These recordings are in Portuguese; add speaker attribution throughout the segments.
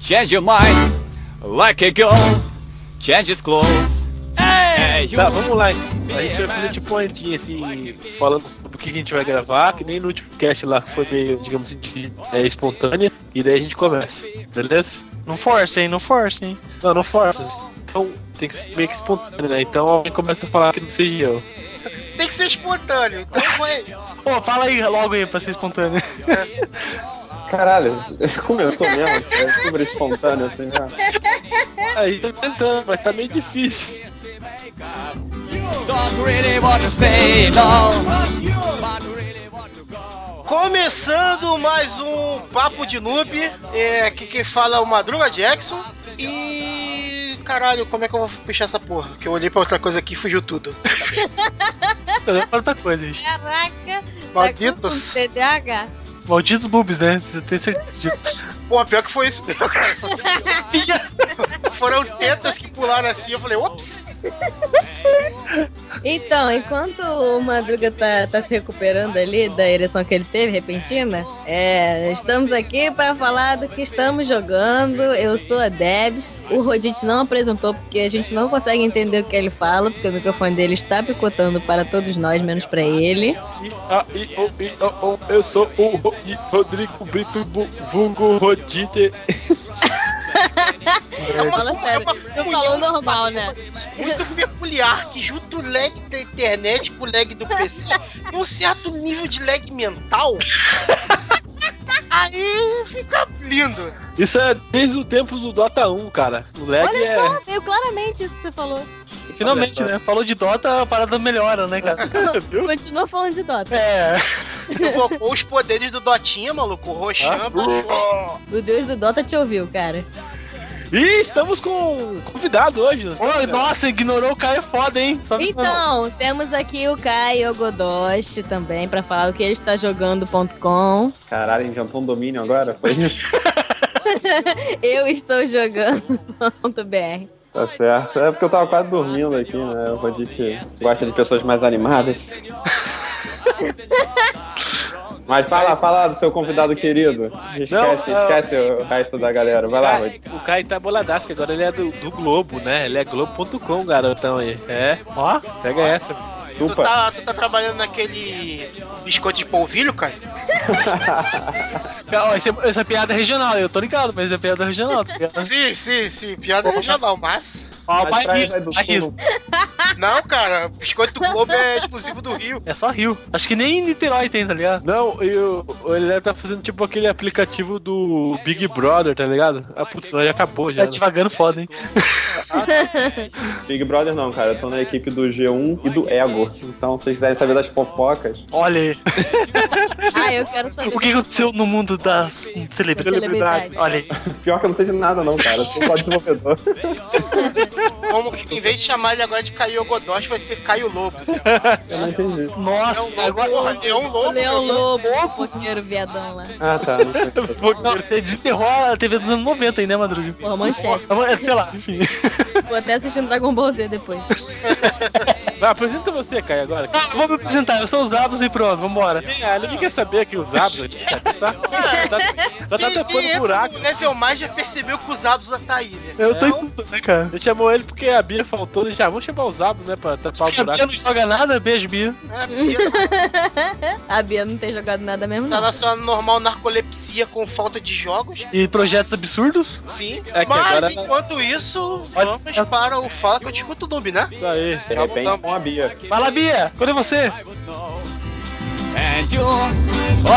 Speaker 1: Change your mind, like a girl, changes clothes. Hey, you
Speaker 2: Tá, vamos lá. então. A
Speaker 3: é
Speaker 2: gente vai fazer tipo uma andinha assim, falando sobre o que a gente vai gravar, que nem no último cast lá que foi meio, digamos assim, de- é, espontânea, e daí a gente começa, beleza?
Speaker 3: Não força, hein? Não força, hein?
Speaker 2: Não, não força. Então tem que ser meio que espontâneo, né? Então alguém começa a falar que não seja eu.
Speaker 4: Tem que ser espontâneo. Então vai.
Speaker 3: Pô, fala aí logo aí pra ser espontâneo.
Speaker 5: Caralho, começou mesmo? É super espontâneo assim, né?
Speaker 2: Aí tá tentando, mas tá meio difícil.
Speaker 1: don't really want to stay, no. But really want to go.
Speaker 4: Começando mais um Papo de Noob. É, aqui quem fala é o Madruga Jackson. E. Caralho, como é que eu vou fechar essa porra? Que eu olhei pra outra coisa aqui e fugiu tudo.
Speaker 2: Tá
Speaker 3: Fala outra coisa, gente.
Speaker 6: Caraca, tá com
Speaker 4: Malditos.
Speaker 6: TDAH.
Speaker 3: Malditos boobs, né? Eu tenho certeza disso.
Speaker 4: Pô, pior que foi isso mesmo, cara. Foram tetas que pularam assim. Eu falei, ops.
Speaker 6: Então, enquanto o Madruga tá, tá se recuperando ali da ereção que ele teve, repentina, é, estamos aqui para falar do que estamos jogando. Eu sou a Debs. O Rodite não apresentou porque a gente não consegue entender o que ele fala, porque o microfone dele está picotando para todos nós, menos para ele.
Speaker 2: E, ah, e, oh, e, oh, oh, eu sou o Ro- e Rodrigo Brito Bu- Vulgo Rodite.
Speaker 4: É uma-
Speaker 6: Fala sério, não falou normal, né?
Speaker 4: muito peculiar que junto o lag da internet com o lag do PC tem um certo nível de lag mental. Aí fica lindo.
Speaker 2: Isso é desde o tempo do Dota 1, cara. O lag
Speaker 6: Olha
Speaker 2: é.
Speaker 6: só, veio claramente isso que você falou.
Speaker 3: Finalmente,
Speaker 2: Olha só.
Speaker 3: né? Falou de Dota, a parada melhora, né, cara?
Speaker 2: viu?
Speaker 6: Continua falando de Dota.
Speaker 3: É.
Speaker 4: Invocou os poderes do Dotinha, maluco. O Roxan
Speaker 2: Ah,
Speaker 4: baixou.
Speaker 6: O Deus do Dota te ouviu, cara.
Speaker 2: E estamos com um convidado hoje. nós
Speaker 3: Ô,
Speaker 2: estamos, né?
Speaker 3: nossa, ignorou o cara é foda, hein? Só me falou.
Speaker 6: Então, temos aqui o Kai Ogodoshi também pra falar o que ele está jogando.com.
Speaker 5: Caralho, inventou um domínio agora? Foi isso?
Speaker 6: Eu estou jogando.br.
Speaker 5: Tá certo. É porque eu tava quase dormindo aqui, né? O Rodite gosta de pessoas mais animadas. Mas fala, fala do seu convidado querido. Esquece,
Speaker 2: Não, eu-
Speaker 5: esquece o resto da galera. Vai lá, Rodite.
Speaker 2: O Kai tá boladaço, que agora ele é do, do Globo, né? Ele é Globo.com, garotão aí. É,
Speaker 3: Ó,
Speaker 2: pega essa.
Speaker 4: Tu
Speaker 5: Chupa.
Speaker 4: tá, tu tá trabalhando naquele biscoito de polvilho, cara?
Speaker 3: ó, essa, essa piada é regional, eu tô ligado, mas é piada regional, tá ligado?
Speaker 4: Sim, sim, sim. Piada regional, mas.
Speaker 3: Ó,
Speaker 5: As praias
Speaker 3: bairrismo,
Speaker 5: vai do
Speaker 3: bairrismo.
Speaker 5: sul.
Speaker 4: Não, cara, biscoito do Globo é exclusivo do Rio.
Speaker 3: É só Rio. Acho que nem Niterói tem, tá ligado?
Speaker 2: Não, e o, ele deve tá fazendo tipo aquele aplicativo do Big Brother, tá ligado? Ah, putz, não, já acabou já.
Speaker 3: Tá
Speaker 2: né?
Speaker 3: devagando foda, hein?
Speaker 5: Big Brother não, cara. Eu tô na equipe do G1 e do Ego. Então, se vocês quiserem saber das fofocas,
Speaker 3: Olha aí.
Speaker 6: Ah, eu quero saber.
Speaker 3: O que aconteceu no mundo das celebridades?
Speaker 6: Celebridade.
Speaker 3: Olha aí.
Speaker 5: pior que eu não sei de nada não, cara. Eu sou só desenvolvedor.
Speaker 4: Como que em vez de chamar ele agora de Caio Godosh, vai ser Caio Lobo.
Speaker 5: Eu não entendi.
Speaker 4: É um
Speaker 3: Nossa,
Speaker 4: lobo,
Speaker 3: agora.
Speaker 4: porra, é um
Speaker 6: O
Speaker 4: lobo.
Speaker 6: Leão Lobo, o foqueiro viadão lá.
Speaker 5: Ah, tá. Não sei.
Speaker 3: Não, Você desenterrou a TV dos anos 90 aí, né, Madruga?
Speaker 6: Porra, manchete.
Speaker 3: É, Sei lá, enfim.
Speaker 6: Vou até assistindo Dragon Ball Z depois.
Speaker 2: Vai, apresenta você, Kai, agora.
Speaker 3: Ah, vou me apresentar, eu sou o Zabos e pronto, vambora.
Speaker 2: Ah, ninguém quer saber que os Zabos tá, tá, tá, tá, tá
Speaker 4: Quem- quem
Speaker 2: tapando
Speaker 4: entra
Speaker 2: buraco.
Speaker 4: no level mais já percebeu que o Zabuza tá aí, né?
Speaker 3: Eu tô em tudo, né, cara?
Speaker 2: Ele chamou ele porque a Bia faltou, ele já vamos chamar os Zabos, né, pra tapar o
Speaker 3: A Bia
Speaker 2: buraco.
Speaker 3: não joga nada, beijo, Bia.
Speaker 4: É, porque
Speaker 6: A Bia não tem jogado nada mesmo,
Speaker 4: tá
Speaker 6: não.
Speaker 4: na sua normal narcolepsia com falta de jogos,
Speaker 3: E projetos absurdos?
Speaker 4: sim.
Speaker 2: É que
Speaker 4: Mas
Speaker 2: agora-
Speaker 4: enquanto isso,
Speaker 3: Olha-
Speaker 4: vamos para o Fala que eu te escuto noob, né?
Speaker 2: Isso aí.
Speaker 5: De repente, com a Bia.
Speaker 3: Fala, Bia, quando é você?
Speaker 1: And you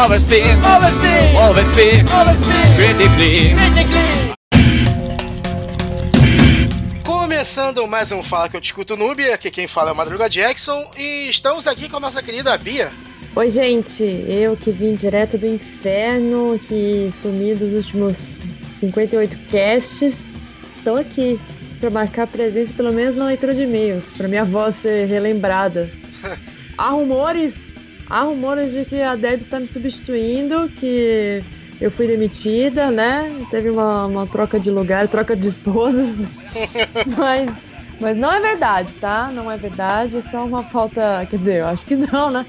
Speaker 1: oversee, oversee, oversee, oversee, critically.
Speaker 4: Começando mais um Fala que eu te escuto noob, aqui quem fala é o Madruga Jackson e estamos aqui com a nossa querida Bia.
Speaker 7: Oi, gente, eu que vim direto do inferno, que sumi dos últimos 58 casts, estou aqui para marcar presença pelo menos na leitura de e-mails, para minha voz ser relembrada. Há rumores, há rumores de que a Deb está me substituindo, que eu fui demitida, né? Teve uma, uma troca de lugar, troca de esposas, mas, mas não é verdade, tá? Não é verdade, é só uma falta, quer dizer, eu acho que não, né?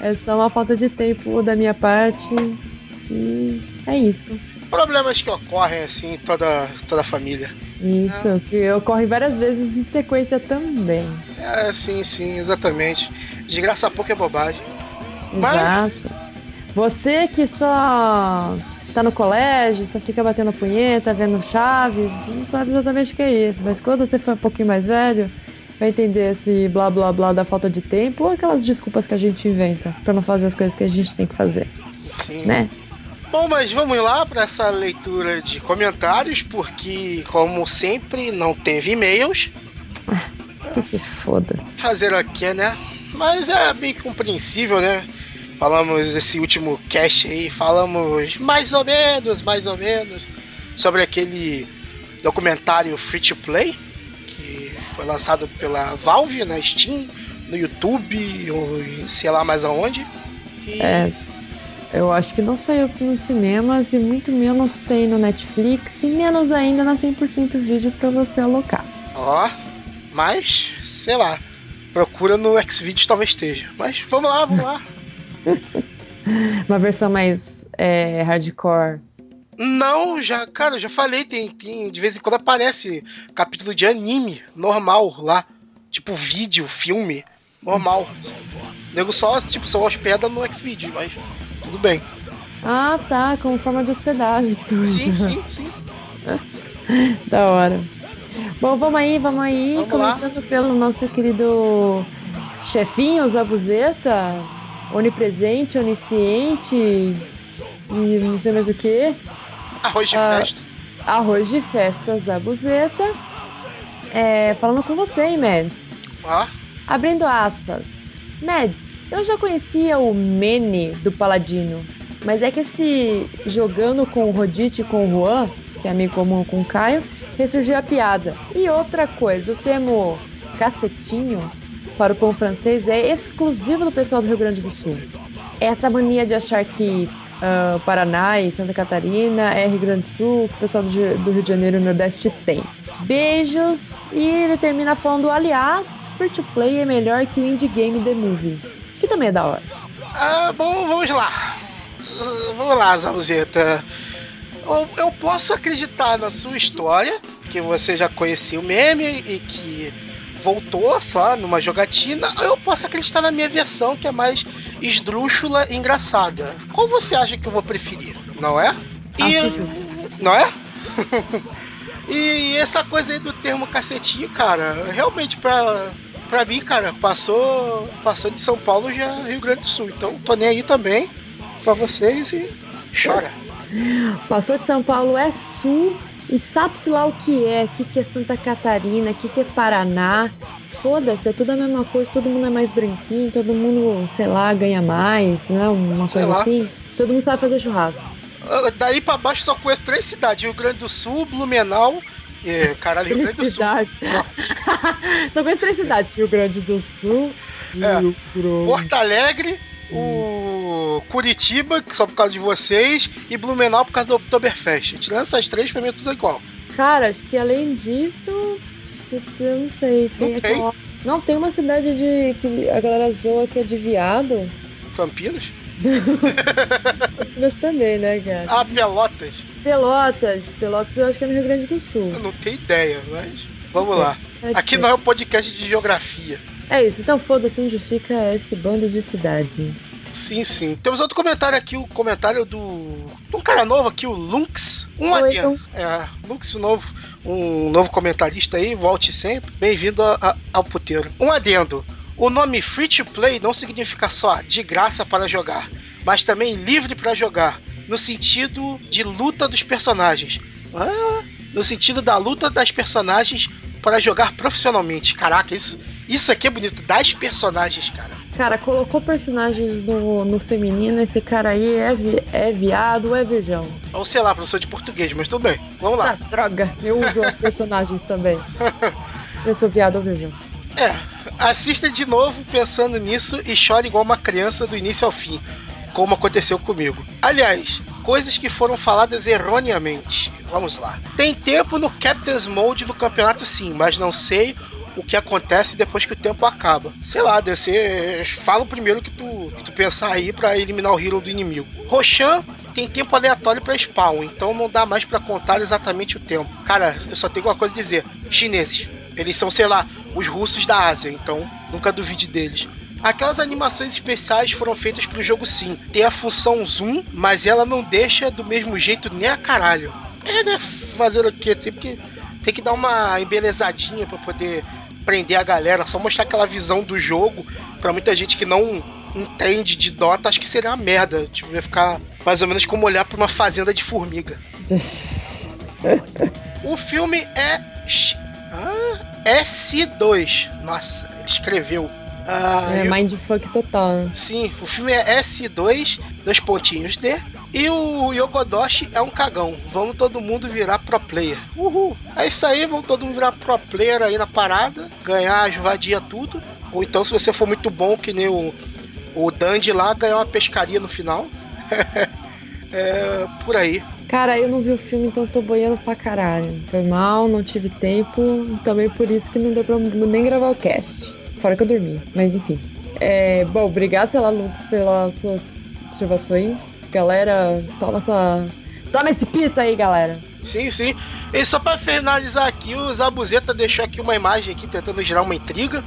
Speaker 7: É só uma falta de tempo da minha parte. E é isso.
Speaker 4: problemas que ocorrem assim em toda, toda a família.
Speaker 6: Isso, que Ah. ocorre várias vezes em sequência também.
Speaker 4: É, sim, sim, exatamente. Desgraça pouco é bobagem. Mas-
Speaker 6: Exato. Você que só tá no colégio, só fica batendo punheta, vendo Chaves, não sabe exatamente o que é isso, mas quando você for um pouquinho mais velho, vai entender esse blá blá blá da falta de tempo ou aquelas desculpas que a gente inventa pra não fazer as coisas que a gente tem que fazer,
Speaker 4: Sim.
Speaker 6: né?
Speaker 4: Bom, mas vamos lá para essa leitura de comentários, porque, como sempre, não teve e-mails.
Speaker 6: Que se foda.
Speaker 4: Fazer o quê, né? Mas é bem compreensível, né? Falamos esse último cast aí, falamos mais ou menos, mais ou menos, sobre aquele documentário Free to Play, que foi lançado pela Valve na Steam, no YouTube, ou em sei lá mais aonde. E
Speaker 6: É. Eu acho que não saiu nos cinemas e muito menos tem no Netflix e menos ainda na 100% vídeo pra você alocar.
Speaker 4: Ó, mas, sei lá. Procura no Xvideos talvez esteja. Mas vamos lá, vamos lá.
Speaker 6: Uma versão mais é, hardcore
Speaker 4: Não, já, cara, eu já falei, tem, tem de vez em quando aparece capítulo de anime normal lá. Tipo vídeo, filme, normal. O nego só, tipo, só hospeda no Xvideos, mas tudo bem.
Speaker 6: Ah, tá, como forma de hospedagem. Que tu...
Speaker 4: Sim, sim, sim.
Speaker 6: da hora. Bom, vamos aí, vamos aí.
Speaker 4: Vamos lá.
Speaker 6: Começando pelo nosso querido chefinho Zabuzeta, onipresente, onisciente e não sei mais o que.
Speaker 4: Arroz de
Speaker 6: Ah.
Speaker 4: festa.
Speaker 6: Arroz de festa Zabuzeta. É, falando com você, hein, Mads.
Speaker 4: Ó,
Speaker 6: Abrindo aspas. Mads, eu já conhecia o Mene do Paladino, mas é que esse jogando com o Rodite e com o Juan, que é amigo comum com o Caio, ressurgiu a piada. E outra coisa, o termo cacetinho para o pão francês é exclusivo do pessoal do Rio Grande do Sul. Essa mania de achar que ah, Paraná e Santa Catarina é Rio Grande do Sul, que o pessoal do Ju- do Rio de Janeiro e Nordeste tem. Beijos. E ele termina falando: aliás, free to play é melhor que o indie game The Movie. Que também é da hora.
Speaker 4: Ah, bom, vamos lá. Ah, Vamos lá, Zabuzeta. Eu, eu posso acreditar na sua história, que você já conhecia o meme e que voltou só numa jogatina. ou Eu posso acreditar na minha versão, que é mais esdrúxula e engraçada. Qual você acha que eu vou preferir? Não é?
Speaker 6: Acho
Speaker 4: E,
Speaker 6: justo.
Speaker 4: não é? e essa coisa aí do termo cacetinho, cara, realmente pra, pra mim, cara, passou, passou de São Paulo já Rio Grande do Sul. Então tô nem aí também pra vocês e chora.
Speaker 6: Passou de São Paulo, é sul. E sabe-se lá o que é, o que, que é Santa Catarina, o que, que é Paraná. Foda-se, é tudo a mesma coisa, todo mundo é mais branquinho, todo mundo, sei lá, ganha mais, né? Uma
Speaker 4: Sei
Speaker 6: coisa
Speaker 4: lá.
Speaker 6: assim. Todo mundo sabe fazer churrasco.
Speaker 4: Ah, Daí pra baixo só conheço três cidades: Rio Grande do Sul, Blumenau. E, caralho, Rio Grande do Sul.
Speaker 6: Felicidade. Só conheço três cidades: Rio Grande do Sul,
Speaker 4: É.
Speaker 6: Rio Grande.
Speaker 4: Porto Alegre, o Curitiba, que só por causa de vocês, e Blumenau por causa do Oktoberfest. Tirando essas três, pra mim é tudo igual.
Speaker 6: Cara, acho que além disso, eu não sei. Tem
Speaker 4: Não tem?
Speaker 6: aquela- Não, tem uma cidade de que a galera zoa que é de viado.
Speaker 4: Campinas?
Speaker 6: Mas também, né, cara?
Speaker 4: Ah, Pelotas.
Speaker 6: Pelotas. Pelotas eu acho que é no Rio Grande do Sul.
Speaker 4: Eu não tenho ideia, mas vamos
Speaker 6: Sim.
Speaker 4: lá.
Speaker 6: É
Speaker 4: Aqui não é um podcast de geografia.
Speaker 6: É isso, então foda-se onde fica esse bando de cidade.
Speaker 4: Sim, sim. Temos outro comentário aqui, o comentário do. de um cara novo aqui, o Lunx. Um
Speaker 6: Oi,
Speaker 4: adian. É, Lux, um novo, um novo comentarista aí, volte sempre. Bem-vindo a- a- ao puteiro. Um adendo. O nome free to play não significa só de graça para jogar, mas também livre para jogar, no sentido de luta dos personagens. Ah, no sentido da luta das personagens para jogar profissionalmente. Caraca, isso, isso aqui é bonito. Das personagens, cara.
Speaker 6: Cara, colocou personagens no, no feminino, esse cara aí é, vi- é viado, é virgão.
Speaker 4: Ou sei lá, professor de português, mas tudo bem. Vamos lá.
Speaker 6: Ah, droga, eu uso os personagens também. Eu sou viado ou virgem.
Speaker 4: Assista de novo pensando nisso e chore igual uma criança do início ao fim, como aconteceu comigo. Aliás, coisas que foram faladas erroneamente. Vamos lá. Tem tempo no Captain's Mode no campeonato sim, mas não sei o que acontece depois que o tempo acaba. Sei lá, deve ser. Fala o primeiro que tu, que tu pensar aí pra eliminar o hero do inimigo. Roshan tem tempo aleatório pra spawn, então não dá mais pra contar exatamente o tempo. Cara, eu só tenho uma coisa a dizer: chineses. Eles são, sei lá, os russos da Ásia, então nunca duvide deles. Aquelas animações especiais foram feitas pro jogo sim. Tem a função zoom, mas ela não deixa do mesmo jeito nem a caralho. É, né? Fazer o quê? Tem que, tem que dar uma embelezadinha pra poder prender a galera, só mostrar aquela visão do jogo pra muita gente que não entende de Dota, acho que seria uma merda. Tipo, ia ficar mais ou menos como olhar pra uma fazenda de formiga. O filme é. X- Ah, S2. Nossa, escreveu. Ah,
Speaker 7: É
Speaker 4: e o-
Speaker 7: mindfuck total, né?
Speaker 4: Sim, o filme é S2, dois pontinhos D. E o Yogodoshi é um cagão. Vamos todo mundo virar pro player. Uhul. É isso aí, vamos todo mundo virar pro player aí na parada. Ganhar as vadia tudo. Ou então, se você for muito bom, que nem o, o Dandy lá, ganhar uma pescaria no final. é por aí.
Speaker 7: Cara, eu não vi o filme, então eu tô boiando pra caralho. Foi mal, não tive tempo. Também por isso que não deu pra nem gravar o cast. Fora que eu dormi, mas enfim. É, bom, obrigado, sei lá, Lucas, pelas suas observações. Galera, toma essa. Toma esse pito aí, galera.
Speaker 4: Sim, sim. E só pra finalizar aqui, o Zabuzeta deixou aqui uma imagem aqui tentando gerar uma intriga.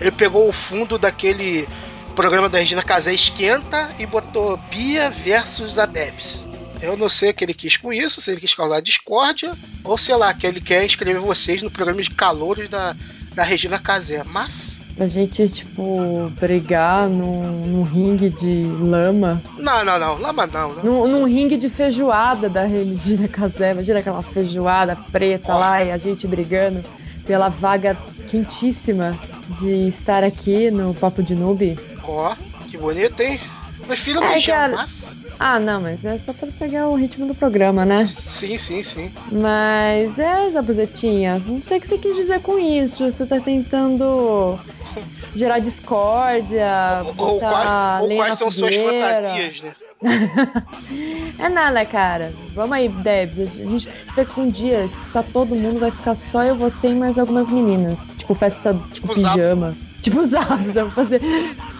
Speaker 4: Ele pegou o fundo daquele programa da Regina Casé Esquenta e botou Bia versus Adebs. Eu não sei o que ele quis com isso, se ele quis causar discórdia, ou sei lá, que ele quer inscrever vocês no programa de calouros da, da Regina Casé. Mas.
Speaker 7: Pra gente, tipo, brigar num, num ringue de lama.
Speaker 4: Não, não, não, lama não. né? não.
Speaker 7: Num, num ringue de feijoada da Regina Casé. Imagina aquela feijoada preta lá e a gente brigando pela vaga quentíssima de estar aqui no Papo de Noob.
Speaker 4: Ó, que bonito, hein? Prefiro
Speaker 7: Ai,
Speaker 4: deixar,
Speaker 7: cara.
Speaker 4: mas.
Speaker 7: Ah, não, mas é só pra pegar o ritmo do programa, né?
Speaker 4: Sim, sim, sim.
Speaker 7: Mas é, Zabuzetinha, não sei o que você quis dizer com isso. Você tá tentando gerar discórdia,
Speaker 4: Ou, ou quais,
Speaker 7: botar
Speaker 4: ou
Speaker 7: lenha
Speaker 4: quais
Speaker 7: na
Speaker 4: são suas
Speaker 7: fogueira.
Speaker 4: fantasias, né?
Speaker 7: É nada, cara. Vamos aí, Debs. A gente fica com um dia, expulsar todo mundo, vai ficar só eu, você e mais algumas meninas. Tipo, festa, tipo,
Speaker 4: Tipo os
Speaker 7: pijama. Tipo, os abos, eu vou fazer.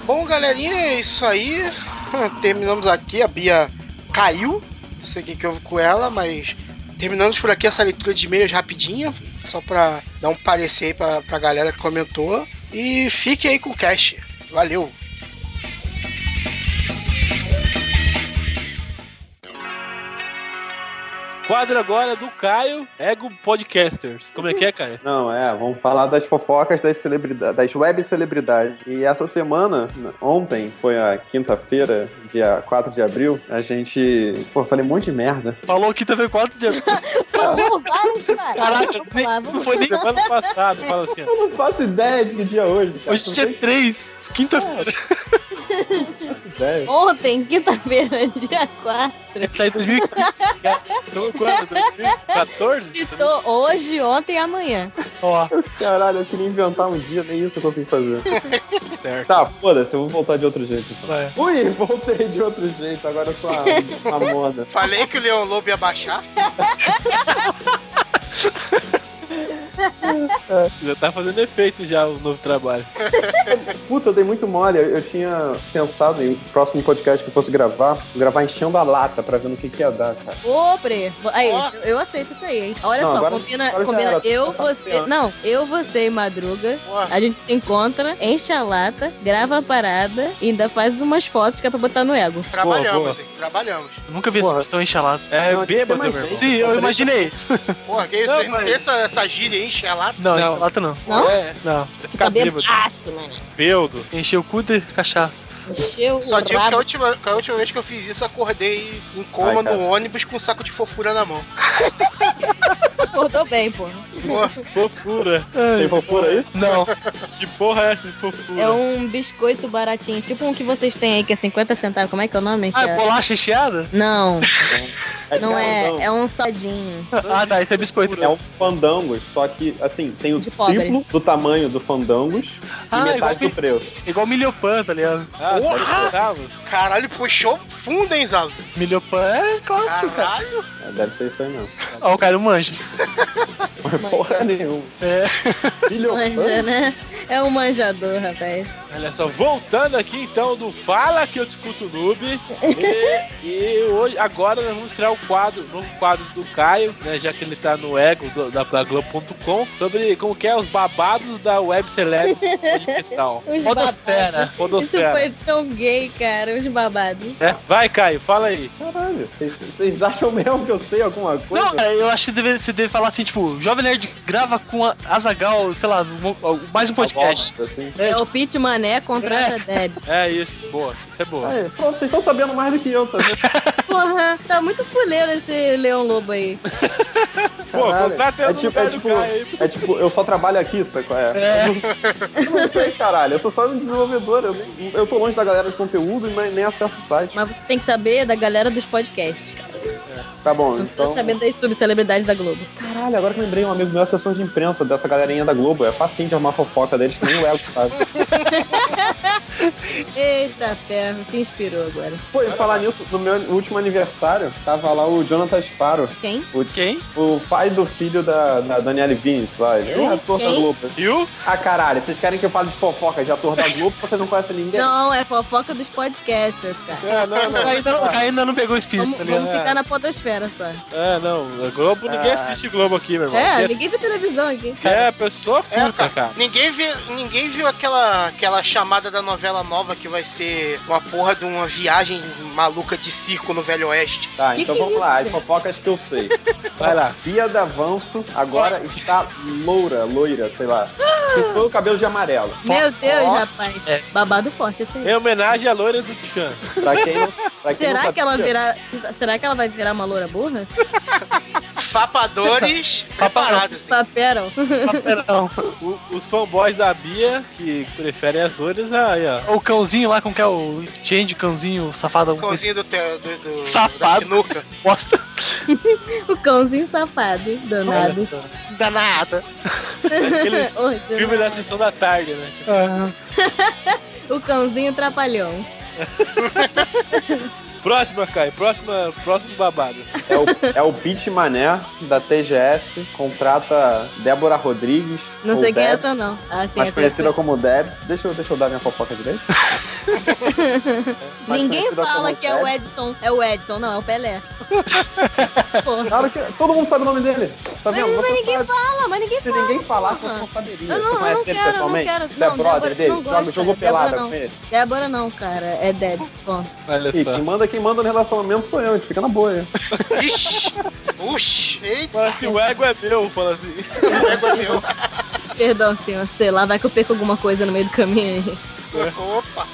Speaker 4: Bom, galerinha, é isso aí. Terminamos aqui. A Bia caiu. Não sei o que que houve com ela, mas terminamos por aqui essa leitura de e-mails rapidinha. Só pra dar um parecer aí pra, pra galera que comentou. E fiquem aí com o cast. Valeu!
Speaker 2: Quadro agora do Caio, Ego Podcasters. Como é que é, cara?
Speaker 5: Não, é, vamos falar das fofocas das celebridades, das web celebridades. E essa semana, ontem, foi a quinta-feira, dia 4 de abril, a gente. Pô, falei um monte de merda.
Speaker 2: Falou quinta-feira 4 de abril.
Speaker 6: Falou várias
Speaker 2: Caraca,
Speaker 6: Vamos lá,
Speaker 2: Não
Speaker 6: vamos
Speaker 2: foi nem ano passado, fala assim. ó.
Speaker 5: Eu não faço ideia de que dia é hoje, cara.
Speaker 2: Hoje é 3, quinta-feira.
Speaker 5: Não faço ideia.
Speaker 6: Ontem, quinta-feira, dia 4.
Speaker 2: Tá em 2015. cara. Então, Quando? 2014?
Speaker 6: Citou hoje, ontem e amanhã.
Speaker 2: Ó,
Speaker 5: Caralho, eu queria inventar um dia, nem isso eu consegui fazer.
Speaker 2: certo.
Speaker 5: Tá, foda-se, eu vou voltar de outro jeito. então.
Speaker 2: Vai.
Speaker 5: Ui, voltei de outro jeito, agora eu sou a, a moda.
Speaker 4: Falei que o Leão Lobo ia baixar.
Speaker 2: Já tá fazendo efeito já o novo trabalho.
Speaker 5: Puta, eu dei muito mole. Eu, eu tinha pensado em próximo podcast que eu fosse gravar, gravar enchendo a lata pra ver no que, que ia dar, cara.
Speaker 6: Ô, Pre, aí,
Speaker 4: Ó.
Speaker 6: eu, eu aceito isso aí, hein? Olha
Speaker 5: Não,
Speaker 6: só,
Speaker 5: agora-
Speaker 6: combina,
Speaker 5: agora já
Speaker 6: combina
Speaker 5: era,
Speaker 6: eu,
Speaker 5: tá
Speaker 6: você.
Speaker 5: sapeando.
Speaker 6: Não, eu, você e Madruga.
Speaker 4: Ó,
Speaker 6: A gente se encontra, enche a lata, grava a parada e ainda faz umas fotos que é pra botar no ego.
Speaker 4: trabalhamos, hein? Trabalhamos.
Speaker 2: Eu nunca vi essa
Speaker 5: Porra.
Speaker 2: pessoa enchalada. É
Speaker 5: Não,
Speaker 2: bêbado,
Speaker 5: tem mais
Speaker 2: meu irmão.
Speaker 5: gente.
Speaker 2: Sim, eu imaginei.
Speaker 4: Porra, que isso?
Speaker 2: Não,
Speaker 4: hein?
Speaker 2: mas-
Speaker 4: essa, essa gíria enche a lata.
Speaker 2: Não,
Speaker 3: Não.
Speaker 2: enchalada não.
Speaker 6: Não?
Speaker 2: É, não. É
Speaker 6: Tá
Speaker 2: ficar bêbado.
Speaker 6: bebaço, mano.
Speaker 2: Bêbado. Encher o cu de cachaça.
Speaker 6: Encheu
Speaker 4: Só
Speaker 6: o
Speaker 4: digo que a,
Speaker 6: rabo.
Speaker 4: última, que a última vez que eu fiz isso, acordei em coma
Speaker 5: Ai, cara.
Speaker 4: no ônibus com um saco de fofura na mão.
Speaker 6: Acordou bem, pô.
Speaker 4: Porra,
Speaker 2: Fofura.
Speaker 5: Tem fofura aí?
Speaker 2: Não. Que porra é essa de fofura?
Speaker 6: É um biscoito baratinho, tipo um que vocês têm aí, que é 50 centavos. Como é que é o nome?
Speaker 2: Ah,
Speaker 6: Que é-
Speaker 2: é bolacha recheada?
Speaker 6: Não. Não é,
Speaker 5: grandão.
Speaker 6: é um saldinho.
Speaker 3: Ah, tá, esse é biscoito.
Speaker 5: É um fandangos, só que, assim, tem o
Speaker 6: De pobre.
Speaker 5: triplo do tamanho do fandangos
Speaker 3: Ah,
Speaker 5: e
Speaker 3: igual
Speaker 5: metade do
Speaker 3: que-
Speaker 5: preço.
Speaker 3: Igual milhopan, tá ligado?
Speaker 2: Ah,
Speaker 4: Porra!
Speaker 2: sério, Carlos?
Speaker 4: Caralho, puxou fundo, hein, Zaus?
Speaker 3: Milhopan é clássico, cara.
Speaker 4: Caralho.
Speaker 5: É, Deve ser isso aí mesmo.
Speaker 3: Ó, o cara manja.
Speaker 6: Manja.
Speaker 5: Porra nenhuma.
Speaker 3: É.
Speaker 5: Filho,
Speaker 6: Manja, né? É um manjador, rapaz.
Speaker 2: Olha só, voltando aqui então do Fala que eu discuto noob. E, e hoje, agora nós vamos criar o quadro, um novo quadro do Caio, né? Já que ele tá no ego do- da, da Globo.com, sobre como que é os babados da web celebs podcastal.
Speaker 6: Os babados.
Speaker 3: Podosfera.
Speaker 6: Isso
Speaker 2: Podosfera.
Speaker 6: foi tão gay, cara. Os babados.
Speaker 2: né? Vai, Caio, fala aí.
Speaker 5: Caralho, vocês- vocês acham mesmo que eu sei alguma coisa?
Speaker 3: Não, é um cara, eu acho que deve- você deve falar assim, tipo, Jovem Nerd grava com a Azagal, sei lá, um- mais um podcast.
Speaker 5: Assim.
Speaker 6: É o Pit Mané contra a Deb.
Speaker 2: É isso, boa. Isso é boa.
Speaker 5: Aí, pronto, vocês estão sabendo mais do que eu, tá vendo?
Speaker 6: Porra, tá muito fuleiro esse Leão Lobo aí.
Speaker 2: Pô,
Speaker 5: Caralho.
Speaker 2: contrata eu
Speaker 5: é
Speaker 2: no
Speaker 5: tipo,
Speaker 2: lugar
Speaker 5: é,
Speaker 2: do
Speaker 5: tipo,
Speaker 2: Caio aí.
Speaker 5: é tipo, eu só trabalho aqui, sabe qual é?
Speaker 3: É.
Speaker 5: Eu não sei, caralho, eu sou só um desenvolvedor, eu, nem- eu tô longe da galera de conteúdo e nem, nem acesso o site.
Speaker 6: Mas você tem que saber da galera dos podcasts, cara.
Speaker 5: Tá bom,
Speaker 6: Não precisa
Speaker 5: então...
Speaker 6: saber das subcelebridades da Globo.
Speaker 5: Caralho, agora que eu lembrei, um amigo meu é assessor de imprensa dessa galerinha da Globo, é facinho de arrumar fofoca deles, que nem o Ego, sabe?
Speaker 6: Eita ferro, se inspirou agora.
Speaker 5: Pô, e falar nisso, no meu último aniversário, tava lá o Jonathan Sparrow,
Speaker 6: Quem?
Speaker 3: Quem?
Speaker 5: o pai do filho da, da Daniele Vinicius, lá, ele é ator da
Speaker 6: Quem?
Speaker 5: Globo.
Speaker 2: Viu?
Speaker 5: Ah, caralho, vocês querem que eu fale de fofoca de ator da Globo, você não conhece ninguém?
Speaker 6: Não, é fofoca dos podcasters, cara.
Speaker 5: É, não,
Speaker 3: O
Speaker 5: não.
Speaker 2: Tá
Speaker 3: cara ainda, o cara ainda não pegou o espírito,
Speaker 6: Vamos,
Speaker 5: né?
Speaker 3: tá
Speaker 6: vamos
Speaker 3: ligado?
Speaker 6: ficar na podosfera só.
Speaker 2: É, não. a Globo, ninguém
Speaker 5: Ah.
Speaker 2: assiste Globo aqui, meu irmão.
Speaker 6: É, ninguém vê televisão aqui.
Speaker 2: É, é a pessoa
Speaker 4: É,
Speaker 2: curta, cara.
Speaker 4: Ninguém viu, ninguém viu aquela, aquela chamada da novela nova que vai ser uma porra de uma viagem maluca de circo no Velho Oeste.
Speaker 5: Tá,
Speaker 6: Que
Speaker 5: então
Speaker 6: que é
Speaker 5: vamos
Speaker 6: isso,
Speaker 5: lá, as
Speaker 6: gente?
Speaker 5: fofocas que eu sei.
Speaker 2: Vai lá.
Speaker 5: Bia Davanço agora está loura, loira, sei lá. Com todo o cabelo de amarelo.
Speaker 6: Meu Deus,
Speaker 5: Ó, É.
Speaker 6: rapaz. Babado forte esse aí.
Speaker 2: Em homenagem à loira do Tchan.
Speaker 5: Pra quem não, pra quem não
Speaker 6: Será
Speaker 5: sabia,
Speaker 6: que ela virá. Será que ela vai virar uma loura burra?
Speaker 4: Fapadores preparados. assim. hein?
Speaker 6: Paperam.
Speaker 3: Não.
Speaker 2: O- os fanboys da Bia, que preferem as loiras, ah, aí, ó.
Speaker 3: O cãozinho lá, como que é o change, cãozinho, safado,
Speaker 4: O Cãozinho do, te- do, do
Speaker 3: Safado.
Speaker 4: da sinuca.
Speaker 3: bosta
Speaker 6: O cãozinho safado, danado.
Speaker 3: danada.
Speaker 2: Aqueles
Speaker 6: Ordenado.
Speaker 2: filme da sessão da tarde, né? Tipo,
Speaker 6: O cãozinho trapalhão.
Speaker 2: Próxima, Caio. Próxima, próximo babado.
Speaker 5: É o, é o Pete Mané da TGS, contrata Débora Rodrigues.
Speaker 6: Não
Speaker 5: ou
Speaker 6: sei quem é
Speaker 5: Debs,
Speaker 6: essa, não. Ah, sim,
Speaker 5: Mais
Speaker 6: essa é
Speaker 5: conhecida como Debs. Deixa eu, deixa eu dar minha fofoca direito. Mais
Speaker 6: Ninguém
Speaker 5: conhecida
Speaker 6: fala
Speaker 5: como
Speaker 6: que é o
Speaker 5: Debs.
Speaker 6: Edson. É o Edson, não, é o Pelé. Porra.
Speaker 5: Claro que todo mundo sabe o nome dele. Tá
Speaker 6: Mas,
Speaker 5: vendo?
Speaker 6: mas
Speaker 5: Você
Speaker 6: ninguém
Speaker 5: sabe.
Speaker 6: fala, mas ninguém
Speaker 5: Se
Speaker 6: fala.
Speaker 5: ninguém falar,
Speaker 6: porra.
Speaker 5: você não saberia.
Speaker 6: Eu
Speaker 5: você
Speaker 6: não- eu
Speaker 5: conhece
Speaker 6: não
Speaker 5: ele
Speaker 6: quero, não
Speaker 5: pessoalmente?
Speaker 6: quero.
Speaker 5: Você é
Speaker 6: Não,
Speaker 5: brother
Speaker 6: Débora-
Speaker 5: dele?
Speaker 6: não
Speaker 5: Joga-
Speaker 6: gosto,
Speaker 5: jogou
Speaker 6: Débora
Speaker 5: pelada
Speaker 6: não.
Speaker 5: com ele?
Speaker 6: Débora não, cara. É Debs, ponto.
Speaker 2: Olha
Speaker 5: Ih,
Speaker 2: só.
Speaker 5: quem manda, quem manda no relacionamento sou eu, a gente fica na boa aí.
Speaker 4: Ixi. Uxi. Eita,
Speaker 2: Fala assim, o ego é meu, fala assim.
Speaker 4: pega meu.
Speaker 6: Perdão, senhor. Sei lá, vai que eu perco alguma coisa no meio do caminho aí.
Speaker 4: Opa.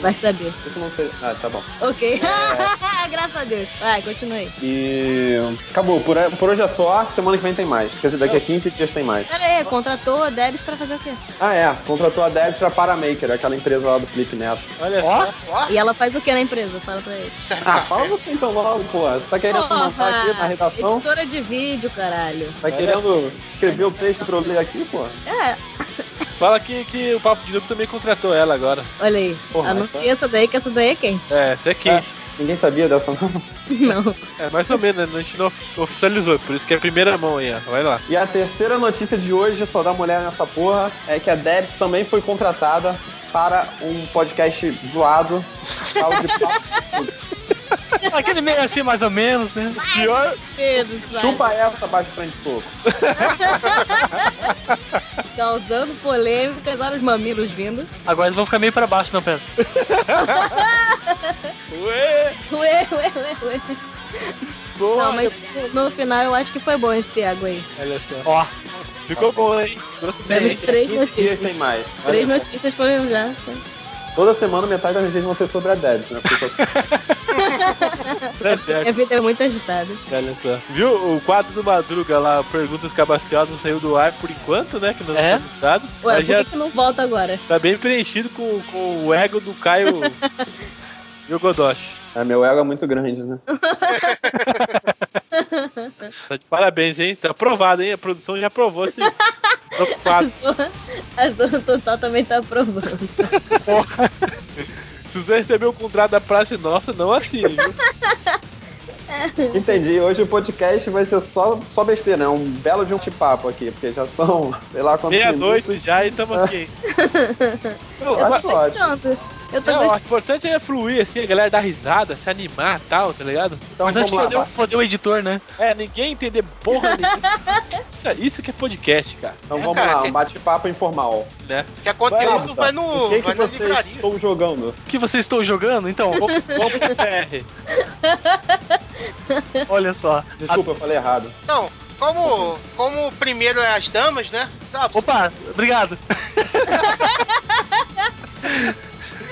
Speaker 6: Vai saber.
Speaker 5: Isso não sei. Ah, tá bom.
Speaker 6: Ok.
Speaker 5: É.
Speaker 6: Graças a Deus. Vai, continue aí.
Speaker 5: E. Acabou, por, por hoje é só, semana que vem tem mais. Quer dizer, daqui a 15 dias tem mais.
Speaker 6: Pera aí, contratou a Debs pra fazer o quê?
Speaker 5: Ah, é, contratou a Debtra Paramaker, aquela empresa lá do Felipe Neto.
Speaker 2: Olha
Speaker 3: Ó.
Speaker 2: só.
Speaker 4: Ó,
Speaker 6: E ela faz o que na empresa? Fala pra ele.
Speaker 4: serve
Speaker 5: Ah,
Speaker 4: café.
Speaker 5: fala você então logo, porra. Você tá querendo montar aqui na redação?
Speaker 6: editora de vídeo, caralho.
Speaker 5: Tá querendo escrever o texto pra eu ler aqui, porra?
Speaker 6: É,
Speaker 2: Fala que, que o Papo de Novo também contratou ela agora.
Speaker 6: olha aí.
Speaker 5: Porra, então.
Speaker 6: Anuncia
Speaker 5: essa-
Speaker 6: essa daí, que essa daí é quente.
Speaker 2: É, isso é quente.
Speaker 5: Ninguém sabia dessa, não.
Speaker 6: Não.
Speaker 2: É, mais ou menos, né? A gente não of- oficializou, por isso que é a primeira mão aí, ó. Vai lá.
Speaker 5: E a terceira notícia de hoje, só da mulher nessa porra, é que a Debs também foi contratada para um podcast zoado. tal de papo.
Speaker 3: Aquele meio assim, mais ou menos, né?
Speaker 2: Pior,
Speaker 6: Pedro, sabe?
Speaker 5: Chupa essa, baixo frente de soco.
Speaker 6: Causando tá polêmicas, olha os mamilos vindo.
Speaker 3: Agora eles vão ficar meio pra baixo, não, pera.
Speaker 2: ué,
Speaker 6: Ué, ué, ué, ué.
Speaker 2: boa.
Speaker 6: Não, mas no final eu acho que foi bom esse água aí.
Speaker 2: Olha só.
Speaker 3: Ó,
Speaker 2: Ficou bom, hein? Trouxe
Speaker 6: Temos
Speaker 2: bem.
Speaker 6: três
Speaker 5: 15 dias tem
Speaker 6: notícias.
Speaker 5: mais.
Speaker 6: Três
Speaker 2: né?
Speaker 5: Olha,
Speaker 6: notícias foram já.
Speaker 5: Toda semana metade das notícias vão ser sobre a Debs, né? Porque só-
Speaker 2: Tá certo.
Speaker 6: Minha vida é muito agitada.
Speaker 2: Olha só. Viu o quadro do Madruga lá, Perguntas Cabaciosas, saiu do ar por enquanto, né? Que nós
Speaker 3: É?
Speaker 2: não temos dado.
Speaker 6: Ué,
Speaker 2: Mas
Speaker 6: por
Speaker 2: já
Speaker 6: que, que não volta agora?
Speaker 2: tá bem preenchido com, com o ego do Caio Yogodoshi.
Speaker 5: É, meu ego é muito grande, né?
Speaker 2: Tá de parabéns, hein? Tá aprovado, hein? A produção já aprovou assim. esse novo quadro.
Speaker 6: A Zona Total também tá aprovando.
Speaker 2: Se você receber o contrato da Praça Nossa, não assine, viu?
Speaker 5: Entendi. Hoje o podcast vai ser só, só besteira, é um belo de um papo aqui, porque já são, sei lá
Speaker 2: Tá
Speaker 5: quantos minutos.
Speaker 2: Meia-noite já e tamo aqui. Não,
Speaker 5: Eu
Speaker 2: mas-
Speaker 5: acho ótimo.
Speaker 6: Pronto. Eu tô
Speaker 2: não,
Speaker 6: gostando.
Speaker 2: o importante tá é fluir, assim, a galera dar risada, se animar e tal, tá ligado?
Speaker 5: Então
Speaker 3: Mas antes
Speaker 5: vamos
Speaker 3: de foder,
Speaker 5: lá.
Speaker 3: o- foder o editor, né?
Speaker 2: É, ninguém entender porra nenhuma. Isso, isso que é podcast, cara.
Speaker 5: Então
Speaker 4: É,
Speaker 5: vamos
Speaker 4: cara,
Speaker 5: lá,
Speaker 4: que-
Speaker 5: um bate-papo informal.
Speaker 4: Que acontece
Speaker 5: Vai,
Speaker 4: vai
Speaker 5: O
Speaker 4: no.
Speaker 5: que, que
Speaker 4: vai na
Speaker 5: vocês
Speaker 4: é livraria.
Speaker 5: estão jogando?
Speaker 3: O que vocês estão jogando? Então,
Speaker 2: Vamos vamos pro PR.
Speaker 3: olha só.
Speaker 5: Desculpa, eu falei errado.
Speaker 4: Não, como, como o primeiro é as damas, né? Sabe?
Speaker 3: Opa, obrigado.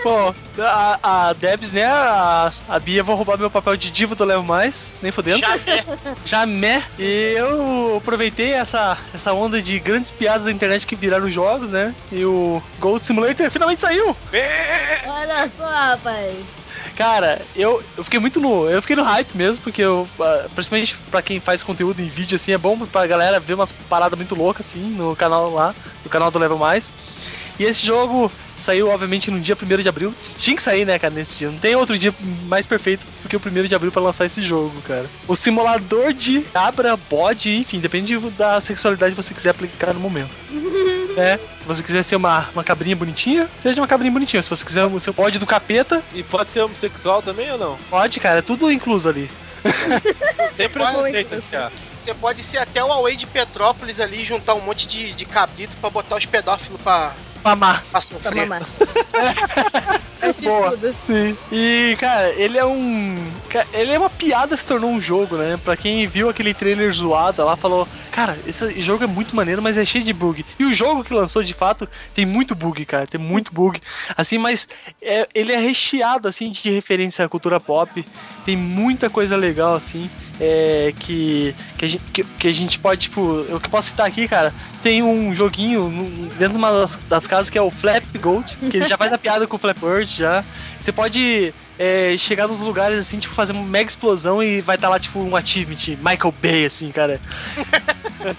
Speaker 3: Bom, a, a Debs, né? A, a Bia vão roubar meu papel de diva do Levo Mais, nem fodendo.
Speaker 4: Já é.
Speaker 3: Jamé. E eu aproveitei essa, essa onda de grandes piadas da internet que viraram jogos, né? E o Gold Simulator finalmente saiu!
Speaker 6: Olha só, rapaz.
Speaker 3: Cara, eu, eu fiquei muito no. Eu fiquei no hype mesmo, porque eu. ah, Principalmente pra quem faz conteúdo em vídeo, assim, é bom pra galera ver umas paradas muito loucas, assim, no canal lá, no canal do Level Mais. E esse jogo saiu, obviamente, no dia 1 de abril. Tinha que sair, né, cara, nesse dia. Não tem outro dia mais perfeito do que o 1 de abril pra lançar esse jogo, cara. O simulador de cabra, bode, enfim, depende da sexualidade que você quiser aplicar no momento. é, se você quiser ser uma, uma cabrinha bonitinha, seja uma cabrinha bonitinha. Se você quiser o seu bode do capeta,
Speaker 2: E pode ser homossexual também ou não?
Speaker 3: Pode, cara, é tudo incluso ali.
Speaker 2: Sem preconceito, cara.
Speaker 4: Você pode ser até o Away de Petrópolis ali e juntar um monte de, de cabrito pra botar os pedófilos pra,
Speaker 3: Mamar.
Speaker 4: pra
Speaker 6: Tá
Speaker 4: sofrer.
Speaker 6: mamar. Eu te
Speaker 3: Boa.
Speaker 6: estudo.
Speaker 3: Sim. E, cara, ele é um. ca- Ele é uma piada se tornou um jogo, né? Pra quem viu aquele trailer zoado lá, falou: Cara, esse jogo é muito maneiro, mas é cheio de bug. E o jogo que lançou de fato tem muito bug, cara. Tem muito bug. Assim, mas é- ele é recheado, assim, de referência à cultura pop. Tem muita coisa legal, assim. é, que, que, a gente, que, que a gente pode, tipo, eu que posso citar aqui, cara. Tem um joguinho num- dentro de uma das, das casas que é o Flap Gold, que ele já faz a piada com o Flap Bird já. Você pode é, chegar nos lugares assim, tipo, fazer uma mega explosão e vai estar lá, tipo, um achievement Michael Bay, assim, cara.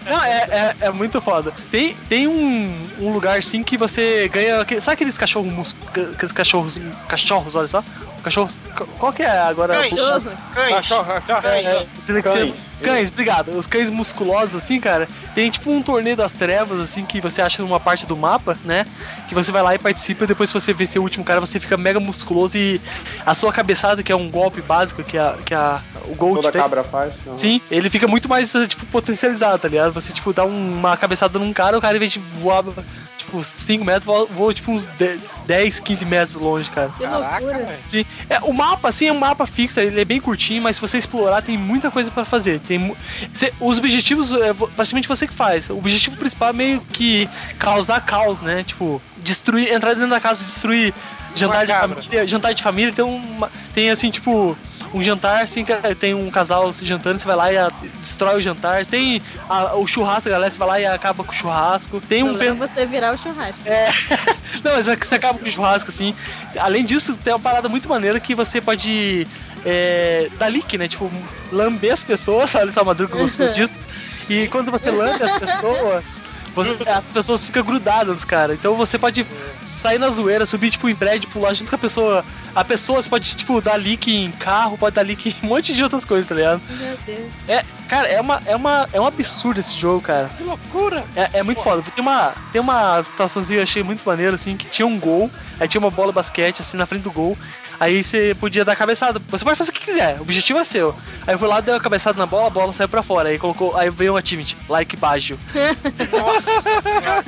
Speaker 3: Não, é, é, é muito foda. Tem, tem um, um lugar assim que você ganha. aque- Sabe aqueles cachorros mus- aqueles cachorros. Cachorros, olha só. Cachorros. Qual que é agora?
Speaker 4: Cães.
Speaker 3: o-
Speaker 4: Cães.
Speaker 2: Cachorro, cachorro.
Speaker 4: Cães.
Speaker 3: Dislexia-
Speaker 5: Cães.
Speaker 3: Cães, obrigado. Os cães musculosos, assim, cara. Tem tipo um torneio das trevas, assim, que você acha numa parte do mapa, né? Que você vai lá e participa. e Depois, se você vencer o último cara, você fica mega musculoso. E a sua cabeçada, que é um golpe básico que, a, que a, o Gold
Speaker 5: Toda
Speaker 3: tem.
Speaker 5: cabra faz. Então,
Speaker 3: Sim, ele fica muito mais, tipo, potencializado, tá ligado? Você, tipo, dá um- uma cabeçada num cara, o cara, em vez de voar, tipo, 5 metros, voa, voa, tipo, uns 10, 15 metros longe, cara.
Speaker 6: Que
Speaker 4: Caraca,
Speaker 6: loucura.
Speaker 4: velho.
Speaker 3: Sim. É, o mapa, assim, é um mapa fixo, ele é bem curtinho, mas se você explorar, tem muita coisa pra fazer. Tem mu- cê- os objetivos, é vo- basicamente você que faz. O objetivo principal é meio que causar caos, né? Tipo, destruir, entrar dentro da casa, destruir jantar de
Speaker 2: cabra.
Speaker 3: família. Jantar de família tem uma. Tem assim, tipo. Um jantar, assim, que tem um casal se jantando, você vai lá e a- destrói o jantar. Tem a- o churrasco, galera, você vai lá e acaba com o churrasco. Tem um. É. pen-
Speaker 6: Pra você virar o churrasco.
Speaker 3: não, mas é que você acaba com o churrasco, assim. Além disso, tem uma parada muito maneira que você pode é, dar lick, né? Tipo, lamber as pessoas, sabe? Tá Essa madruga gostou disso. E quando você lambe as pessoas, você- as pessoas ficam grudadas, cara. Então você pode sair na zoeira, subir, tipo, em prédio, pular junto com a pessoa. A pessoa você pode, tipo, dar lick em carro, pode dar lick em um monte de outras coisas, tá ligado?
Speaker 6: Meu Deus.
Speaker 3: Cara, é, uma, é, uma, é um absurdo esse jogo, cara. Que loucura! É, é muito foda. Tem uma, tem uma situaçãozinha que eu achei muito maneira, assim, que tinha um gol, aí tinha uma bola basquete, assim, na frente do gol. Aí você podia dar cabeçada. Você pode fazer o que quiser, o objetivo é seu. Aí eu fui lá, dei uma cabeçada na bola, a bola saiu pra fora. Aí colocou, aí veio um achievement, like baixo.
Speaker 4: Nossa senhora.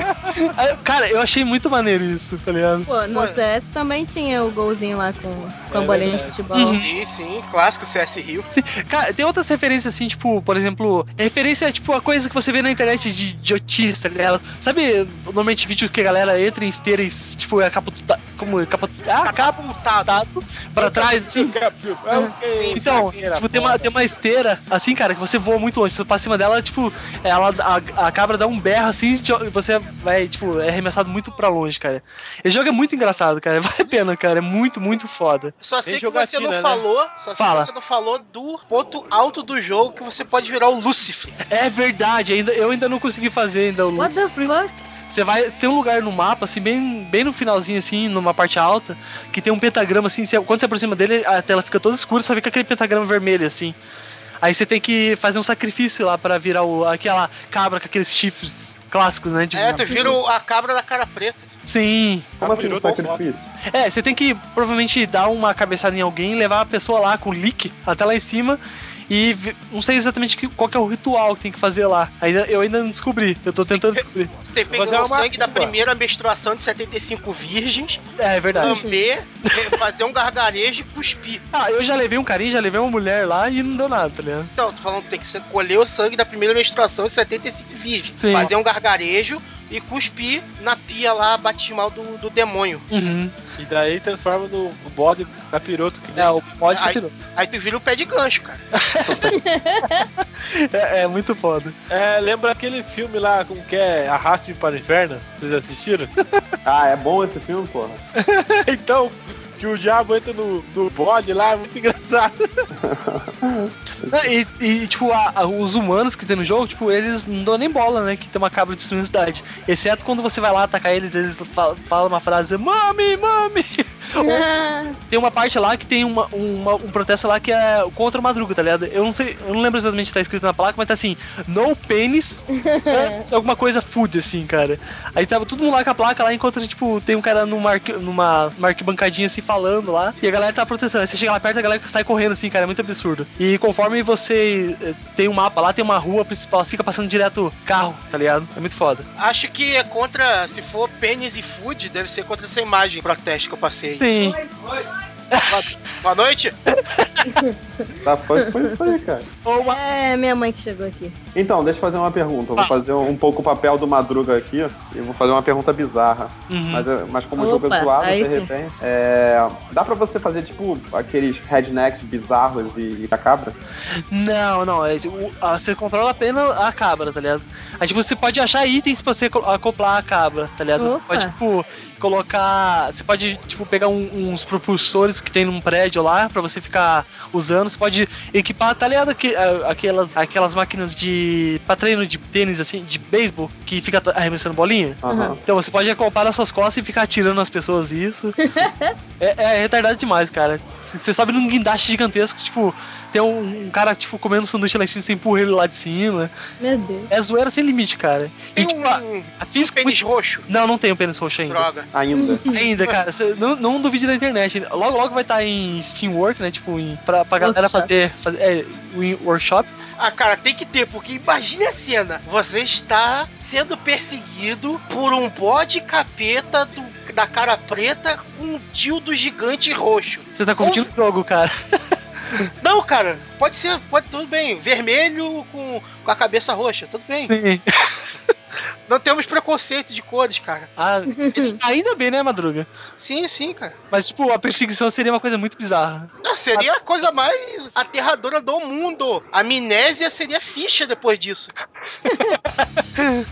Speaker 3: Aí, cara, eu achei muito maneiro isso, tá ligado?
Speaker 6: Pô, no CS também tinha o golzinho lá com, com a
Speaker 2: É
Speaker 6: bolinha de
Speaker 2: verdade.
Speaker 6: futebol.
Speaker 3: Uhum.
Speaker 4: Sim, sim, clássico CS Rio.
Speaker 3: Cara, tem outras referências assim, tipo, por exemplo, referência é tipo a coisa que você vê na internet de idiotista, né? Sabe, normalmente vídeo que a galera entra em esteira e, tipo, é capotado. Como é capotado? Ah,
Speaker 4: Catapultado.
Speaker 3: capotado. pra trás, assim.
Speaker 2: Capsil. É o que?
Speaker 4: um Sim,
Speaker 3: Então,
Speaker 4: sim, era
Speaker 3: tipo, tem uma,
Speaker 2: foda.
Speaker 3: tem uma esteira, assim, cara, que você voa muito longe. Você passa em cima dela, tipo, ela, a, a cabra dá um berro assim e jo- e você vai, tipo, é arremessado muito pra longe, cara. Esse jogo é muito engraçado, cara. Vale a pena, cara. É muito, muito foda.
Speaker 4: Eu Só sei
Speaker 2: Tem
Speaker 4: que você
Speaker 2: jogatina,
Speaker 4: não
Speaker 2: né?
Speaker 4: falou. Só sei
Speaker 3: Fala.
Speaker 4: que você não falou do ponto alto do jogo que você pode virar o Lúcifer.
Speaker 3: É verdade, ainda, eu ainda não consegui fazer ainda o
Speaker 7: What
Speaker 3: Lux.
Speaker 7: the fuck?
Speaker 3: Você vai. Tem um lugar no mapa, assim, bem, bem no finalzinho, assim, numa parte alta, que tem um pentagrama, assim. você- quando você aproxima dele, a tela fica toda escura, só fica aquele pentagrama vermelho, assim. Aí você tem que fazer um sacrifício lá pra virar o, aquela cabra com aqueles chifres clássicos, né? de-
Speaker 4: É, tu vira o- a cabra da cara preta.
Speaker 3: Sim.
Speaker 5: Como assim, um
Speaker 2: Virou tão
Speaker 5: sacrifício?
Speaker 3: É, você tem que provavelmente dar uma cabeçada em alguém, levar a pessoa lá com o leak até lá em cima. E vi- não sei exatamente que- qual que é o ritual que tem que fazer lá. Ainda, eu ainda não descobri. Eu tô tentando descobrir.
Speaker 4: Você tem que
Speaker 2: Vou fazer
Speaker 4: pegar o
Speaker 2: uma
Speaker 4: sangue da
Speaker 2: macumba.
Speaker 4: primeira menstruação de 75 virgens,
Speaker 3: É, é verdade.
Speaker 4: lamber, eh, fazer um gargarejo e cuspir.
Speaker 3: Ah, eu já levei um carinha, já levei uma mulher lá e não deu nada, tá ligado?
Speaker 4: Então, tô falando que tem que ser- colher o sangue da primeira menstruação de 75 virgens,
Speaker 3: Sim.
Speaker 4: fazer um gargarejo e cuspir na pia lá batimal do, do demônio.
Speaker 3: Uhum.
Speaker 2: E daí transforma no no bode capiroto que
Speaker 3: É, o mod
Speaker 4: Ai.
Speaker 3: continuou.
Speaker 4: Aí tu vira o pé de gancho, cara.
Speaker 3: É, é muito foda.
Speaker 2: É, lembra aquele filme lá, como que é? Arraste-me para o Inferno? Vocês assistiram?
Speaker 5: Ah, é bom esse filme, porra?
Speaker 2: então, que o diabo entra no, no bode lá, é muito engraçado.
Speaker 3: Ah, E, e, tipo, a- a- os humanos que tem no jogo, tipo, eles não dão nem bola, né? Que tem uma cabra destruindo a cidade. Exceto quando você vai lá atacar eles, eles fa- falam uma frase, mami, mami!
Speaker 7: Ah,
Speaker 3: Tem uma parte lá que tem uma, uma- um protesto lá que é contra o Madruga, tá ligado? Eu não sei, eu não lembro exatamente o que tá escrito na placa, mas tá assim, no pênis, just alguma coisa food, assim, cara. Aí tava todo mundo lá com a placa lá, enquanto, tipo, tem um cara numa, arqui- numa, numa arquibancadinha assim falando lá, e a galera tá protestando. Aí você chega lá perto, a galera sai correndo, assim, cara, é muito absurdo. E conforme você eh, tem um mapa lá, tem uma rua principal, fica passando direto carro, tá ligado? É muito foda.
Speaker 4: Acho que é contra, se for pênis e food, deve ser contra essa imagem protesto que eu passei.
Speaker 3: Sim.
Speaker 4: Boa noite.
Speaker 5: Tá, foi, foi isso aí, cara.
Speaker 3: Ou uma-
Speaker 6: É minha mãe que chegou aqui.
Speaker 5: Então, deixa eu fazer uma pergunta. Eu
Speaker 3: Ah.
Speaker 5: vou fazer um, um pouco o papel do Madruga aqui e vou fazer uma pergunta bizarra.
Speaker 3: Uhum.
Speaker 5: Mas, é- mas como o jogo
Speaker 6: Opa,
Speaker 5: é zoado,
Speaker 6: aí
Speaker 5: de
Speaker 6: sim.
Speaker 5: repente. É, dá pra você fazer, tipo, aqueles rednecks bizarros e, e da cabra?
Speaker 3: Não, não. É, o- a- você controla apenas a cabra, tá ligado? Aí, tipo, você pode achar itens pra você co- acoplar a cabra, tá ligado? Você
Speaker 6: Opa.
Speaker 3: pode, tipo, colocar. Você pode, tipo, pegar um- uns propulsores que tem num prédio lá pra você ficar usando. Você pode equipar, tá ligado? Aque- a- Aquelas, aquelas máquinas de. pra treino de tênis, assim, de beisebol, que fica t- arremessando bolinha.
Speaker 5: Aham.
Speaker 3: Então você pode acoplar nas suas costas e ficar atirando nas pessoas isso. é, é retardado demais, cara. C- Você sobe num guindaste gigantesco, tipo, tem um, um cara, tipo, comendo sanduíche lá em cima, você empurra ele lá de cima.
Speaker 7: meu Deus.
Speaker 3: É zoeira sem limite, cara. E
Speaker 4: Tem
Speaker 3: tipo,
Speaker 4: um,
Speaker 3: a,
Speaker 4: um
Speaker 3: a física.
Speaker 4: pênis roxo.
Speaker 3: Não, não tem o pênis roxo ainda.
Speaker 4: Droga.
Speaker 5: Ainda. É
Speaker 3: Ainda, cara. Você não, não duvide da internet. Logo, logo vai estar em Steamwork, né? Tipo, em, pra, pra galera
Speaker 6: Workshop.
Speaker 3: fazer. fazer é, o workshop.
Speaker 4: Ah, cara, tem que ter, porque imagine a cena. Você está sendo perseguido por um bode capeta do- da cara preta com um dildo gigante roxo.
Speaker 3: Você tá curtindo o jogo, cara.
Speaker 4: Não, cara, pode ser, pode tudo bem. Vermelho com, com a cabeça roxa, tudo bem.
Speaker 3: Sim.
Speaker 4: Não temos preconceito de cores, cara.
Speaker 3: Ah, ainda bem, né, Madruga?
Speaker 4: Sim, sim, cara.
Speaker 3: Mas, tipo, a perseguição seria uma coisa muito bizarra.
Speaker 4: Não, seria a coisa mais aterradora do mundo. A amnésia seria ficha depois disso.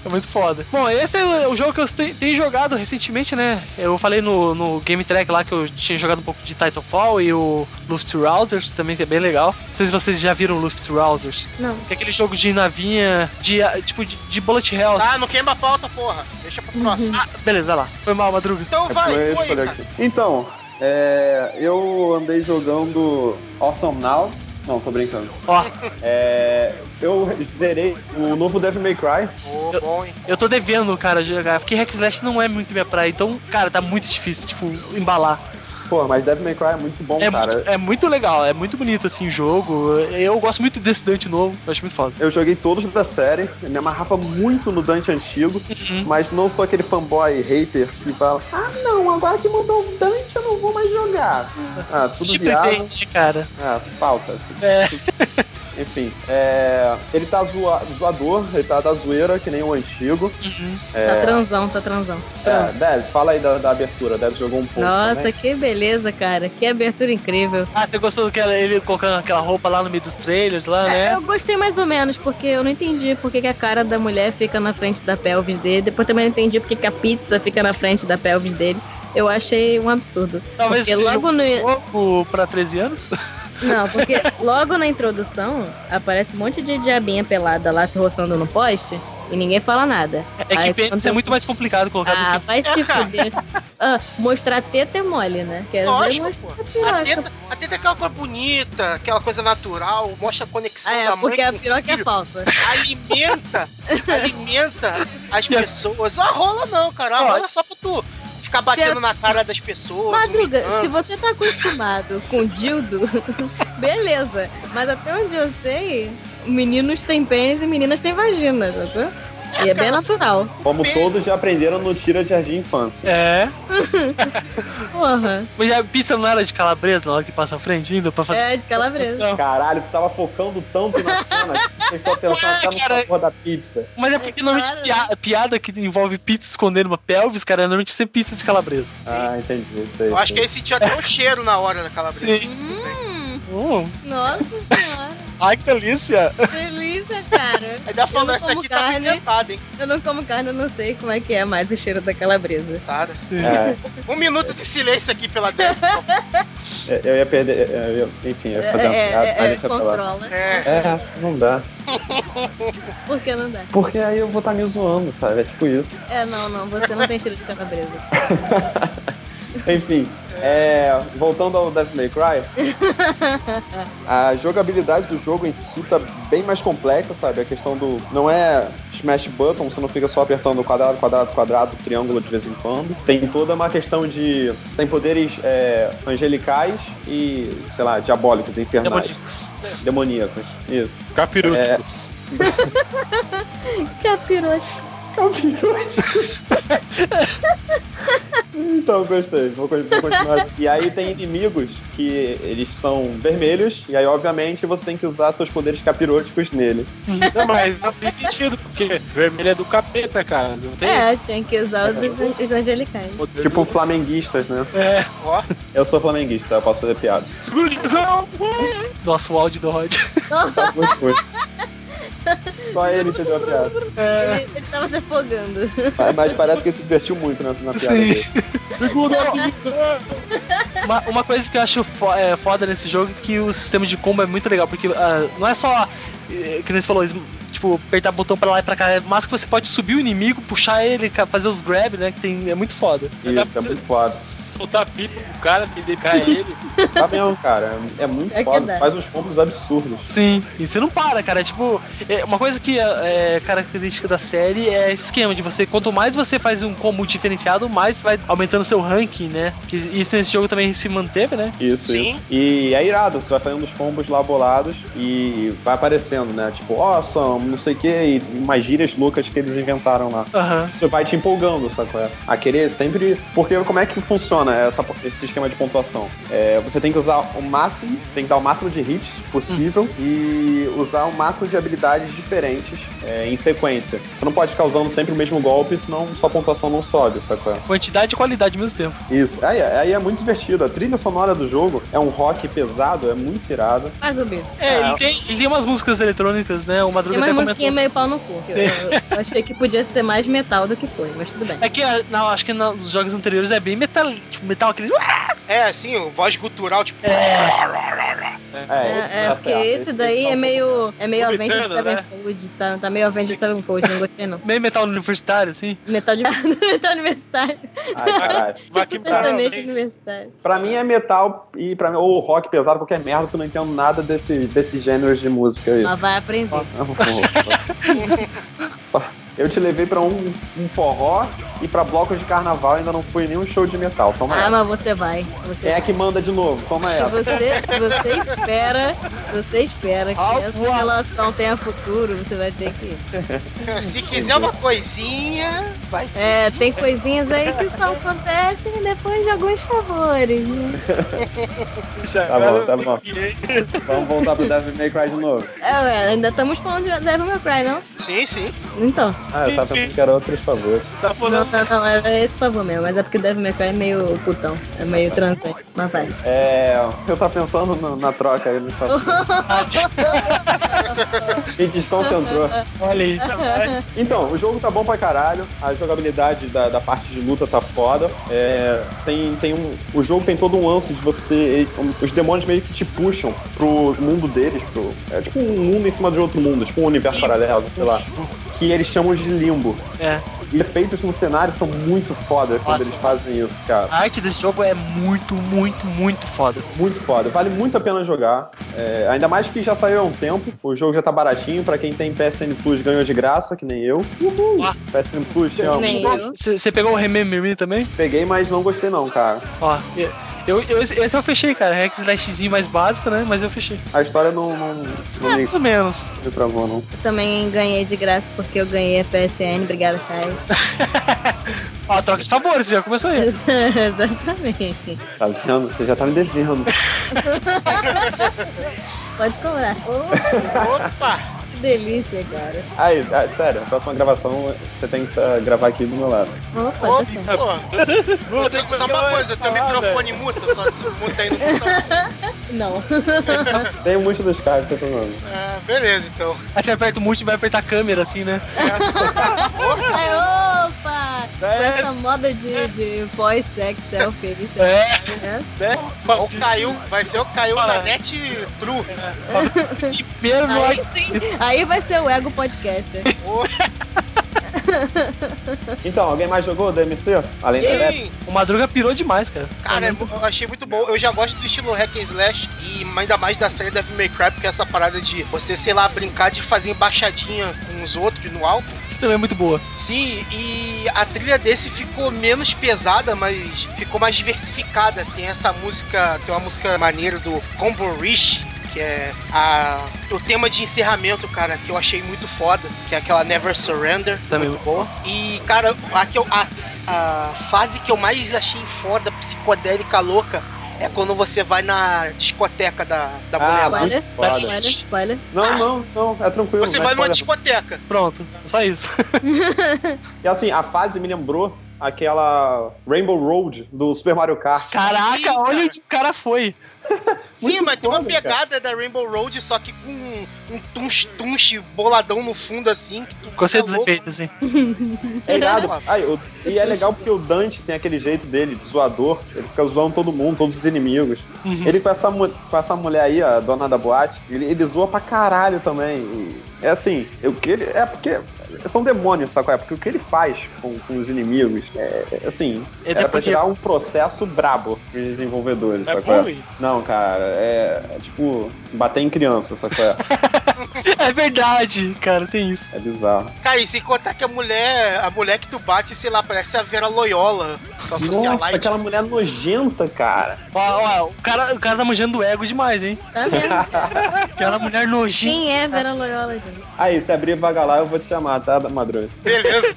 Speaker 3: É muito foda. Bom, esse é o jogo que eu te- tenho jogado recentemente, né? Eu falei no, no Game Track lá que eu tinha jogado um pouco de Titanfall e o Luftrausers também, que é bem legal. Não sei se vocês já viram o Luftrausers.
Speaker 7: Não.
Speaker 3: Que é aquele jogo de navinha, de ah, tipo de, de bullet hell.
Speaker 4: Ah, não queima a pauta, porra. Deixa pro próximo.
Speaker 6: Uhum.
Speaker 3: Ah, beleza, vai lá. Foi mal, Madruga.
Speaker 4: Então
Speaker 6: É
Speaker 5: Eu
Speaker 4: vai,
Speaker 5: ia
Speaker 4: põe,
Speaker 5: escolher
Speaker 4: cara.
Speaker 5: aqui. Então, é, eu andei jogando Awesome Nows. Não, tô brincando.
Speaker 3: Ó,
Speaker 5: É, eu zerei o novo Devil May Cry.
Speaker 4: Ô, bom, hein.
Speaker 3: eu tô devendo, cara, jogar. Porque Hack Slash não é muito minha praia. Então, cara, tá muito difícil, tipo, embalar.
Speaker 5: Pô, mas Devil May Cry é muito bom,
Speaker 3: É,
Speaker 5: cara.
Speaker 3: muito, é muito legal, é muito bonito, assim, o jogo. Eu gosto muito desse Dante novo. Eu acho muito foda.
Speaker 5: Eu joguei todos da série, eu me amarrava muito no Dante antigo,
Speaker 3: Uhum.
Speaker 5: mas não sou aquele fanboy hater que fala Ah não, agora que mudou o Dante eu não
Speaker 3: Uhum.
Speaker 5: vou mais jogar. Ah, tudo
Speaker 3: Sempre
Speaker 5: viado.
Speaker 3: vende, cara.
Speaker 5: Ah, falta.
Speaker 3: É.
Speaker 5: Enfim, é, ele tá zoa- zoador, ele tá da zoeira, que nem o antigo.
Speaker 3: É.
Speaker 6: Tá transão, tá transão.
Speaker 5: É, Debs, fala aí da, da abertura. Debs jogou um pouco.
Speaker 3: né?
Speaker 6: Nossa,
Speaker 5: também.
Speaker 6: que beleza, cara. Que abertura incrível.
Speaker 3: Ah, você gostou daquela ele colocando aquela roupa lá no meio dos trailers lá, né?
Speaker 6: É, Eu gostei mais ou menos, porque eu não entendi porque que a cara da mulher fica na frente da pelvis dele. Depois também não entendi porque que a pizza fica na frente da pelvis dele. Eu achei um absurdo.
Speaker 3: Talvez
Speaker 6: porque
Speaker 3: seja
Speaker 6: logo
Speaker 3: um
Speaker 6: no-
Speaker 3: pouco pra 13 anos.
Speaker 6: Não, porque logo na introdução aparece um monte de diabinha pelada lá se roçando no poste e ninguém fala nada.
Speaker 3: É que
Speaker 6: Ai,
Speaker 3: pênis
Speaker 6: quando
Speaker 3: é
Speaker 6: eu-
Speaker 3: muito mais complicado colocar
Speaker 6: Ah,
Speaker 3: do que.
Speaker 6: vai se
Speaker 4: cara.
Speaker 6: fuder. Ah, mostrar teta é mole, né? Quero
Speaker 4: Lógico,
Speaker 6: ver
Speaker 4: pô.
Speaker 6: mostrar
Speaker 4: A
Speaker 6: a piroca.
Speaker 4: teta, a teta é aquela coisa bonita, aquela coisa natural, mostra a conexão
Speaker 6: Ah,
Speaker 4: da
Speaker 6: é,
Speaker 4: mãe
Speaker 6: porque a
Speaker 4: com o
Speaker 6: piroca é
Speaker 4: filho.
Speaker 6: falsa.
Speaker 4: alimenta, alimenta as pessoas. Só rola não, cara. A rola é só pra tu ficar batendo na cara das pessoas.
Speaker 6: Madruga, se
Speaker 4: humilhando.
Speaker 6: você tá acostumado com dildo, beleza. Mas até onde eu sei, meninos têm pênis e meninas têm vagina, sacou? E é
Speaker 4: cara,
Speaker 6: bem natural.
Speaker 5: Como
Speaker 4: Beijo.
Speaker 5: todos já aprenderam no Tira de Jardim Infância.
Speaker 3: É.
Speaker 6: Porra.
Speaker 3: Mas a pizza não era de calabresa na hora que passa à frente ainda pra fazer.
Speaker 6: É de calabresa.
Speaker 3: Não.
Speaker 5: Caralho, tu tava focando tanto na cena que você estão pensando até no
Speaker 3: Cara,
Speaker 5: sabor da pizza.
Speaker 3: Mas é porque normalmente
Speaker 6: claro.
Speaker 3: pia- piada que envolve pizza escondendo uma pelvis, cara, é normalmente ser pizza de calabresa.
Speaker 5: Ah, entendi. Isso aí,
Speaker 4: Eu acho que aí sentiu até o cheiro na hora da calabresa.
Speaker 6: Hum,
Speaker 3: Hum,
Speaker 6: nossa senhora.
Speaker 3: ai, que delícia!
Speaker 6: que Delícia, cara.
Speaker 4: Ainda
Speaker 6: Eu
Speaker 4: falou,
Speaker 6: não
Speaker 4: essa
Speaker 6: como
Speaker 4: aqui tá
Speaker 6: carne.
Speaker 4: apimentada, hein,
Speaker 6: Eu não como carne, eu não sei como é que é mais o cheiro da calabresa.
Speaker 4: cara.
Speaker 5: É,
Speaker 4: Um minuto de silêncio aqui pela Débora. por favor.
Speaker 5: é, eu ia perder. é, eu ia- enfim, eu ia fazer uma
Speaker 6: É,
Speaker 5: piada,
Speaker 6: é,
Speaker 5: mas
Speaker 6: é,
Speaker 5: deixa pra lá.
Speaker 6: controla.
Speaker 4: É,
Speaker 5: É, não dá.
Speaker 6: Por que não dá?
Speaker 5: Porque aí eu vou estar me zoando, sabe? É tipo isso.
Speaker 6: É, não, não, você não tem cheiro de calabresa.
Speaker 5: Enfim, é, voltando ao Death May Cry, a jogabilidade do jogo em si tá bem mais complexa, sabe? A questão do. Não é smash button, você não fica só apertando quadrado, quadrado, quadrado, triângulo de vez em quando. Tem toda uma questão de. Tem poderes é, angelicais e, sei lá, diabólicos, infernais. Demoníacos. Isso.
Speaker 2: Capirute.
Speaker 5: É.
Speaker 6: Capirote.
Speaker 5: Então, gostei. Vou, con- vou continuar assim. E aí tem inimigos que eles são vermelhos, e aí, obviamente, você tem que usar seus poderes capiróticos nele.
Speaker 3: É.
Speaker 2: Não, mas não tem sentido, porque vermelho é do capeta, cara. Não tem
Speaker 6: É, tinha que usar os, os angelicais.
Speaker 2: poder
Speaker 5: Tipo flamenguistas, né?
Speaker 4: ó.
Speaker 5: Eu sou flamenguista, eu posso fazer piada.
Speaker 3: Nossa, o áudio do Rod.
Speaker 5: Tá muito ruim. Só ele entendeu a piada.
Speaker 6: Ele, ele tava se afogando.
Speaker 5: Mas- Mas parece que ele se divertiu muito na, na piada
Speaker 3: Sim.
Speaker 5: dele.
Speaker 3: Uma, uma coisa que eu acho fo- é, foda nesse jogo é que o sistema de combo é muito legal, porque ah, não é só, eh, que nem você falou, esm- tipo, apertar botão pra lá e pra cá, mas que você pode subir o inimigo, puxar ele, ca- fazer os grab, né, que tem, é muito foda.
Speaker 5: Isso, é muito foda.
Speaker 2: soltar pipa pro cara, pidecar ele.
Speaker 5: Tá mesmo, cara. É muito
Speaker 6: É que
Speaker 5: foda.
Speaker 6: dá.
Speaker 5: Faz uns combos absurdos.
Speaker 3: Sim. E você não para, cara, é tipo, é, uma coisa que é, é característica da série é esse esquema de você, quanto mais você faz um combo diferenciado, mais vai aumentando seu ranking, né, que isso nesse jogo também se manteve, né.
Speaker 5: Isso,
Speaker 4: Sim.
Speaker 5: isso. E é irado, você vai fazendo os combos lá bolados e vai aparecendo, né? Tipo, awesome, não sei o que, e umas gírias loucas que eles inventaram lá.
Speaker 3: Aham.
Speaker 5: Você vai te empolgando, sabe? qual é? A querer sempre. Porque como é que funciona essa- esse esquema de pontuação? É, você tem que usar o máximo, tem que dar o máximo de hits
Speaker 6: Hum.
Speaker 5: possível e usar o máximo de habilidades diferentes é, em sequência. Você não pode ficar usando sempre o mesmo golpe, senão sua pontuação não sobe, sabe? qual é?
Speaker 3: Quantidade e qualidade ao mesmo tempo.
Speaker 5: Isso. Aí, aí é muito divertido. A trilha sonora do jogo é um rock pesado, é muito irado.
Speaker 6: Mais ou menos.
Speaker 3: É,
Speaker 5: Ah,
Speaker 3: ele tem, ele tem umas músicas eletrônicas, né? O Madruga
Speaker 6: Tem umas
Speaker 3: até
Speaker 6: musiquinhas
Speaker 3: comentou.
Speaker 6: meio pau no cu. que Eu, eu achei que podia ser mais metal do que foi, mas tudo bem.
Speaker 3: É que, ah, não, acho que na- nos jogos anteriores é bem metal, tipo, metal aquele...
Speaker 4: É, assim, o voz gutural, tipo,
Speaker 6: É, é,
Speaker 5: tá
Speaker 6: porque
Speaker 5: certo.
Speaker 6: esse daí
Speaker 5: tá
Speaker 6: é
Speaker 5: um
Speaker 6: meio. É meio
Speaker 2: Puritano,
Speaker 5: né?
Speaker 6: Avenged Sevenfold. Tá, tá meio Avenged Sevenfold, não gostei não.
Speaker 3: Meio metal universitário, assim.
Speaker 6: Metal de metal universitário.
Speaker 5: pouco- Ai, caralho.
Speaker 2: Vai que
Speaker 6: Tipo
Speaker 2: tá,
Speaker 6: sertanejo
Speaker 2: gente.
Speaker 6: universitário.
Speaker 5: Pra mim é metal e para mim ou rock pesado qualquer merda que eu não entendo nada desse desse gêneros de música aí. Ah,
Speaker 6: Mas vai aprender.
Speaker 5: Só- Eu te levei pra um, um forró e pra bloco de carnaval ainda não fui em nenhum show de metal. Toma
Speaker 6: Ah,
Speaker 5: essa.
Speaker 6: mas você vai. Você
Speaker 5: É a que manda de novo, toma essa.
Speaker 6: Você, você espera, você espera que
Speaker 3: Ao
Speaker 6: essa
Speaker 3: voar.
Speaker 6: relação tenha futuro, você vai ter que.
Speaker 4: Se quiser uma coisinha, vai.
Speaker 6: É, tem coisinhas aí que só acontecem depois de alguns favores, né?
Speaker 2: Já
Speaker 5: Tá bom, tá bom.
Speaker 2: fiquei.
Speaker 5: Vamos voltar pro Devil May Cry de novo.
Speaker 6: É, ué, ainda estamos falando de Devil May Cry, não?
Speaker 4: Sim, sim.
Speaker 6: Então,
Speaker 5: Ah, eu tava pensando que era outros favores.
Speaker 2: Tá
Speaker 6: não,
Speaker 2: falando
Speaker 6: não, não, era esse favor mesmo, mas é porque Devil May Cry é meio putão, é meio transante, mas vai.
Speaker 5: É, eu tava pensando no- na troca aí no favor. E desconcentrou.
Speaker 3: Olha aí. tá
Speaker 5: Então, o jogo tá bom pra caralho, a jogabilidade da, da parte de luta tá foda. É, tem, tem um, o jogo tem todo um lance de você. Os demônios meio que te puxam pro mundo deles, pro, é tipo um mundo em cima de outro mundo, tipo um universo paralelo, sei lá. Que eles chamam de limbo.
Speaker 3: É.
Speaker 5: E efeitos no cenário são muito foda quando
Speaker 3: Nossa.
Speaker 5: eles fazem isso, cara.
Speaker 3: A arte desse jogo é muito, muito, muito foda.
Speaker 5: Muito foda, vale muito a pena jogar. É, ainda mais que já saiu há um tempo, o jogo já tá baratinho, pra quem tem PSN Plus ganhou de graça, que nem eu. Uhul!
Speaker 3: Ah.
Speaker 5: PSN Plus, te amo.
Speaker 6: Nem eu.
Speaker 3: Você pegou o Remember também?
Speaker 5: Peguei, mas não gostei não, cara.
Speaker 3: Ó, eu, eu, esse esse eu fechei, cara. Hack slashzinho mais básico, né? Mas eu fechei.
Speaker 5: A história não, não, não me,
Speaker 3: É, mais ou menos.
Speaker 5: me travou, não.
Speaker 6: Eu também ganhei de graça porque eu ganhei a PSN, obrigada, Caio.
Speaker 3: Ó, troca de favores, já começou aí.
Speaker 6: Exatamente.
Speaker 5: Tá vendo? Você já tá me devendo.
Speaker 6: Pode cobrar. Oh,
Speaker 4: Opa!
Speaker 6: que delícia, cara.
Speaker 5: Aí, ah, sério, a próxima gravação você tem que ah, gravar aqui do meu lado.
Speaker 6: Opa, tá
Speaker 4: Opa! Pô, eu tenho que usar uma coisa, teu microfone muta, só muta aí no botão.
Speaker 6: certo. Não.
Speaker 5: Tem muito dos caras que eu tô falando.
Speaker 4: Ah, beleza, então.
Speaker 3: Aí você aperta o multi e vai apertar a câmera, assim, né?
Speaker 6: Ai, opa! É. Com essa moda de, de pós-sex selfie, isso é, né?
Speaker 4: Ou caiu, É vai ser o caiu na net true.
Speaker 3: Primeiro no
Speaker 6: Aí sim, aí vai ser o ego podcaster.
Speaker 5: Então, alguém mais jogou o DMC? Além da Electra?
Speaker 4: Sim,
Speaker 3: O Madruga pirou demais, cara.
Speaker 4: cara, eu achei muito bom. Eu já gosto do estilo hack and slash e ainda mais da série Devil May Cry, porque é essa parada de você, sei lá, brincar de fazer embaixadinha com os outros no álbum.
Speaker 3: Também é muito boa.
Speaker 4: Sim, e a trilha desse ficou menos pesada, mas ficou mais diversificada. Tem essa música, tem uma música maneira do Combo Rich, que é a, o tema de encerramento, cara, que eu achei muito foda, que é aquela Never Surrender.
Speaker 3: Também
Speaker 4: muito boa. E, cara, a, que eu- a, a fase que eu mais achei foda, psicodélica louca, é quando você vai na discoteca da, da
Speaker 5: Ah,
Speaker 4: mulher.
Speaker 6: Olha,
Speaker 5: muito foda.
Speaker 6: Spoiler, spoiler.
Speaker 5: Não, não, não, é tranquilo.
Speaker 4: Você
Speaker 5: não é
Speaker 4: vai numa
Speaker 5: spoiler.
Speaker 4: discoteca.
Speaker 3: Pronto, só isso.
Speaker 5: E assim, a fase me lembrou aquela Rainbow Road do Super Mario Kart. tá
Speaker 3: Caraca,
Speaker 4: Isso,
Speaker 3: olha
Speaker 4: cara.
Speaker 3: onde o cara foi.
Speaker 4: Sim, mas tem uma
Speaker 5: foda, cara.
Speaker 4: pegada da Rainbow Road, só que com um, um tunch-tunch boladão no fundo, assim. Que tu
Speaker 3: Gostei
Speaker 4: tá
Speaker 3: dos
Speaker 4: louco.
Speaker 3: efeitos, assim.
Speaker 5: É irado. Aí, o- e é legal porque o Dante tem aquele jeito dele, de zoador. Ele fica zoando todo mundo, todos os inimigos.
Speaker 3: Uhum.
Speaker 5: Ele com essa, mu- com essa mulher aí, a dona da boate, ele, ele zoa pra caralho também. E é assim, o que ele. É porque. São demônios, sabe qual é? Porque o que ele faz com, com os inimigos é, é, assim,
Speaker 3: É
Speaker 5: era pra
Speaker 3: porque-
Speaker 5: tirar um processo brabo pros desenvolvedores,
Speaker 2: é
Speaker 5: sabe qual é?
Speaker 2: bullying.
Speaker 5: Não, cara, é, é tipo bater em criança, sabe qual é?
Speaker 3: É verdade, cara, tem isso.
Speaker 5: É bizarro.
Speaker 4: Cara, e sem contar que a mulher, a mulher que tu bate, sei lá, parece a Vera Loyola. Com a
Speaker 5: Nossa,
Speaker 4: socialite.
Speaker 5: aquela mulher nojenta, cara.
Speaker 3: Ó, ó, o cara, o cara tá manjando o ego demais, hein?
Speaker 6: Tá vendo? cara?
Speaker 3: Aquela mulher nojinha.
Speaker 6: Quem é Vera Loyola, gente?
Speaker 5: Aí, se abrir vaga lá, eu vou te chamar, tá, Madruga?
Speaker 4: Beleza.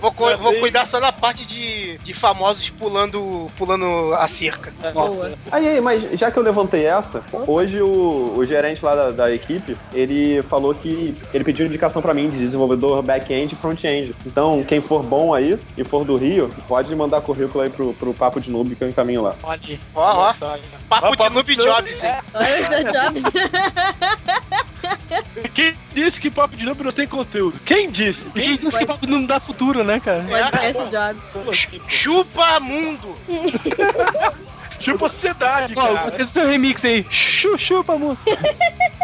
Speaker 4: vou,
Speaker 5: Tá
Speaker 4: cu- vou cuidar só da parte de, de famosos pulando, pulando a cerca.
Speaker 6: Boa.
Speaker 5: Aí, aí, mas já que eu levantei essa, hoje o, o gerente lá da, da equipe, ele falou que ele pediu indicação pra mim de desenvolvedor back-end e front-end. Então, quem for bom aí e for do Rio, pode mandar currículo aí pro, pro Papo de Noob que eu encaminho lá.
Speaker 3: Olha aí.
Speaker 4: Ó, ó. Papo
Speaker 2: Ó,
Speaker 4: de
Speaker 2: papo
Speaker 4: Noob
Speaker 2: de
Speaker 4: Jobs, é. hein?
Speaker 6: Olha o seu Jobs.
Speaker 2: Quem disse que Papo de Nobre não tem conteúdo? Quem disse?
Speaker 3: E quem disse que o papo não dá futuro, né, cara?
Speaker 6: Podcast Jobs.
Speaker 4: Chupa mundo!
Speaker 2: Tipo a sociedade,
Speaker 3: Ó,
Speaker 2: cara.
Speaker 3: você do seu remix aí. Chuchu, amor.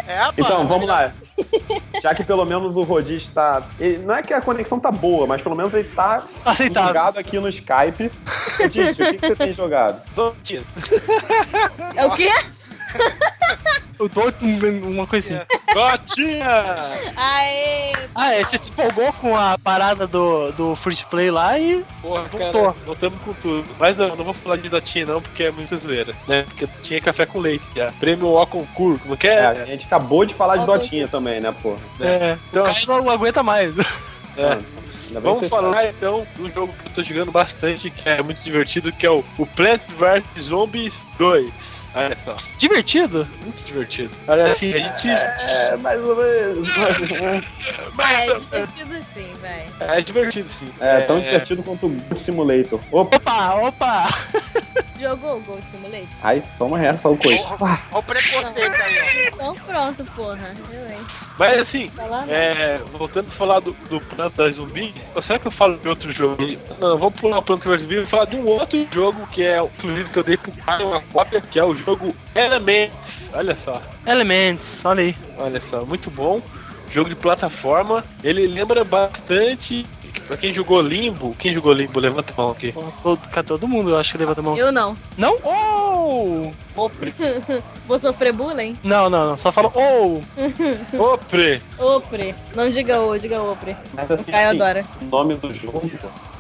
Speaker 4: É, pá.
Speaker 5: Então, vamos lá. Já que pelo menos o Rodis tá. ele- não é que a conexão tá boa, mas pelo menos ele tá
Speaker 3: Aceitável.
Speaker 5: jogado aqui no Skype. Rodis, o que, que você tem jogado?
Speaker 2: Todo dia.
Speaker 6: É o quê?
Speaker 3: Eu dou um- uma coisinha.
Speaker 2: Gotinha!
Speaker 6: Aê!
Speaker 3: Ah, é, você se empolgou com a parada do, do Free to Play lá e.
Speaker 2: Porra,
Speaker 3: Voltou.
Speaker 2: cara, voltamos com tudo. Mas não, não vou falar de Dotinha não, porque é muito zoeira, né? Porque tinha café com leite já. Prêmio ó concurso, como que
Speaker 5: É,
Speaker 3: Ah,
Speaker 2: é?
Speaker 5: a gente acabou de falar de
Speaker 6: Algum-
Speaker 5: Dotinha também, né, pô?
Speaker 3: É,
Speaker 2: Então,
Speaker 3: o cara não aguenta mais. tá
Speaker 2: É.
Speaker 5: Ainda bem que
Speaker 2: Vamos
Speaker 5: vocês-
Speaker 2: falar então do jogo que eu tô jogando bastante, que é muito divertido, que é o, o Plants vs Zombies 2. Olha só,
Speaker 3: Divertido?
Speaker 2: muito divertido. Olha assim, a gente.
Speaker 5: É, mais ou menos.
Speaker 6: Ah, é divertido assim, vai.
Speaker 2: É divertido sim.
Speaker 5: É, tão divertido quanto o Goat Simulator. Opa,
Speaker 3: Opa, opa!
Speaker 6: Jogou o Gold Simulator?
Speaker 5: aí toma essa, o coisa.
Speaker 4: Olha o preconceito aí,
Speaker 6: Então pronto, porra. Eu, hein? Tá
Speaker 2: Mas assim,
Speaker 6: Falar não.
Speaker 2: É, voltando a falar do, do Planta Zumbi, ou será que eu falo de outro jogo? Não, vamos pular o Planta vs Zumbi e falar de um outro jogo que é, inclusive, que eu dei pro cara uma cópia, que é o jogo Elements. Olha só,
Speaker 3: Elements, olha aí.
Speaker 2: olha só, muito bom. Jogo de plataforma, ele lembra bastante. Pra quem jogou Limbo, quem jogou Limbo, levanta a mão aqui.
Speaker 3: Todo, cadê todo mundo? Eu acho que levanta a mão.
Speaker 6: eu não.
Speaker 3: Não? Oh!
Speaker 2: Opre,
Speaker 6: Vou sofrer bullying?
Speaker 3: Não, não, não. Só fala oh!
Speaker 2: opre.
Speaker 6: Opre. Não diga o, diga opre.
Speaker 5: Mas assim,
Speaker 6: Caio
Speaker 5: assim,
Speaker 6: adora.
Speaker 5: o nome do jogo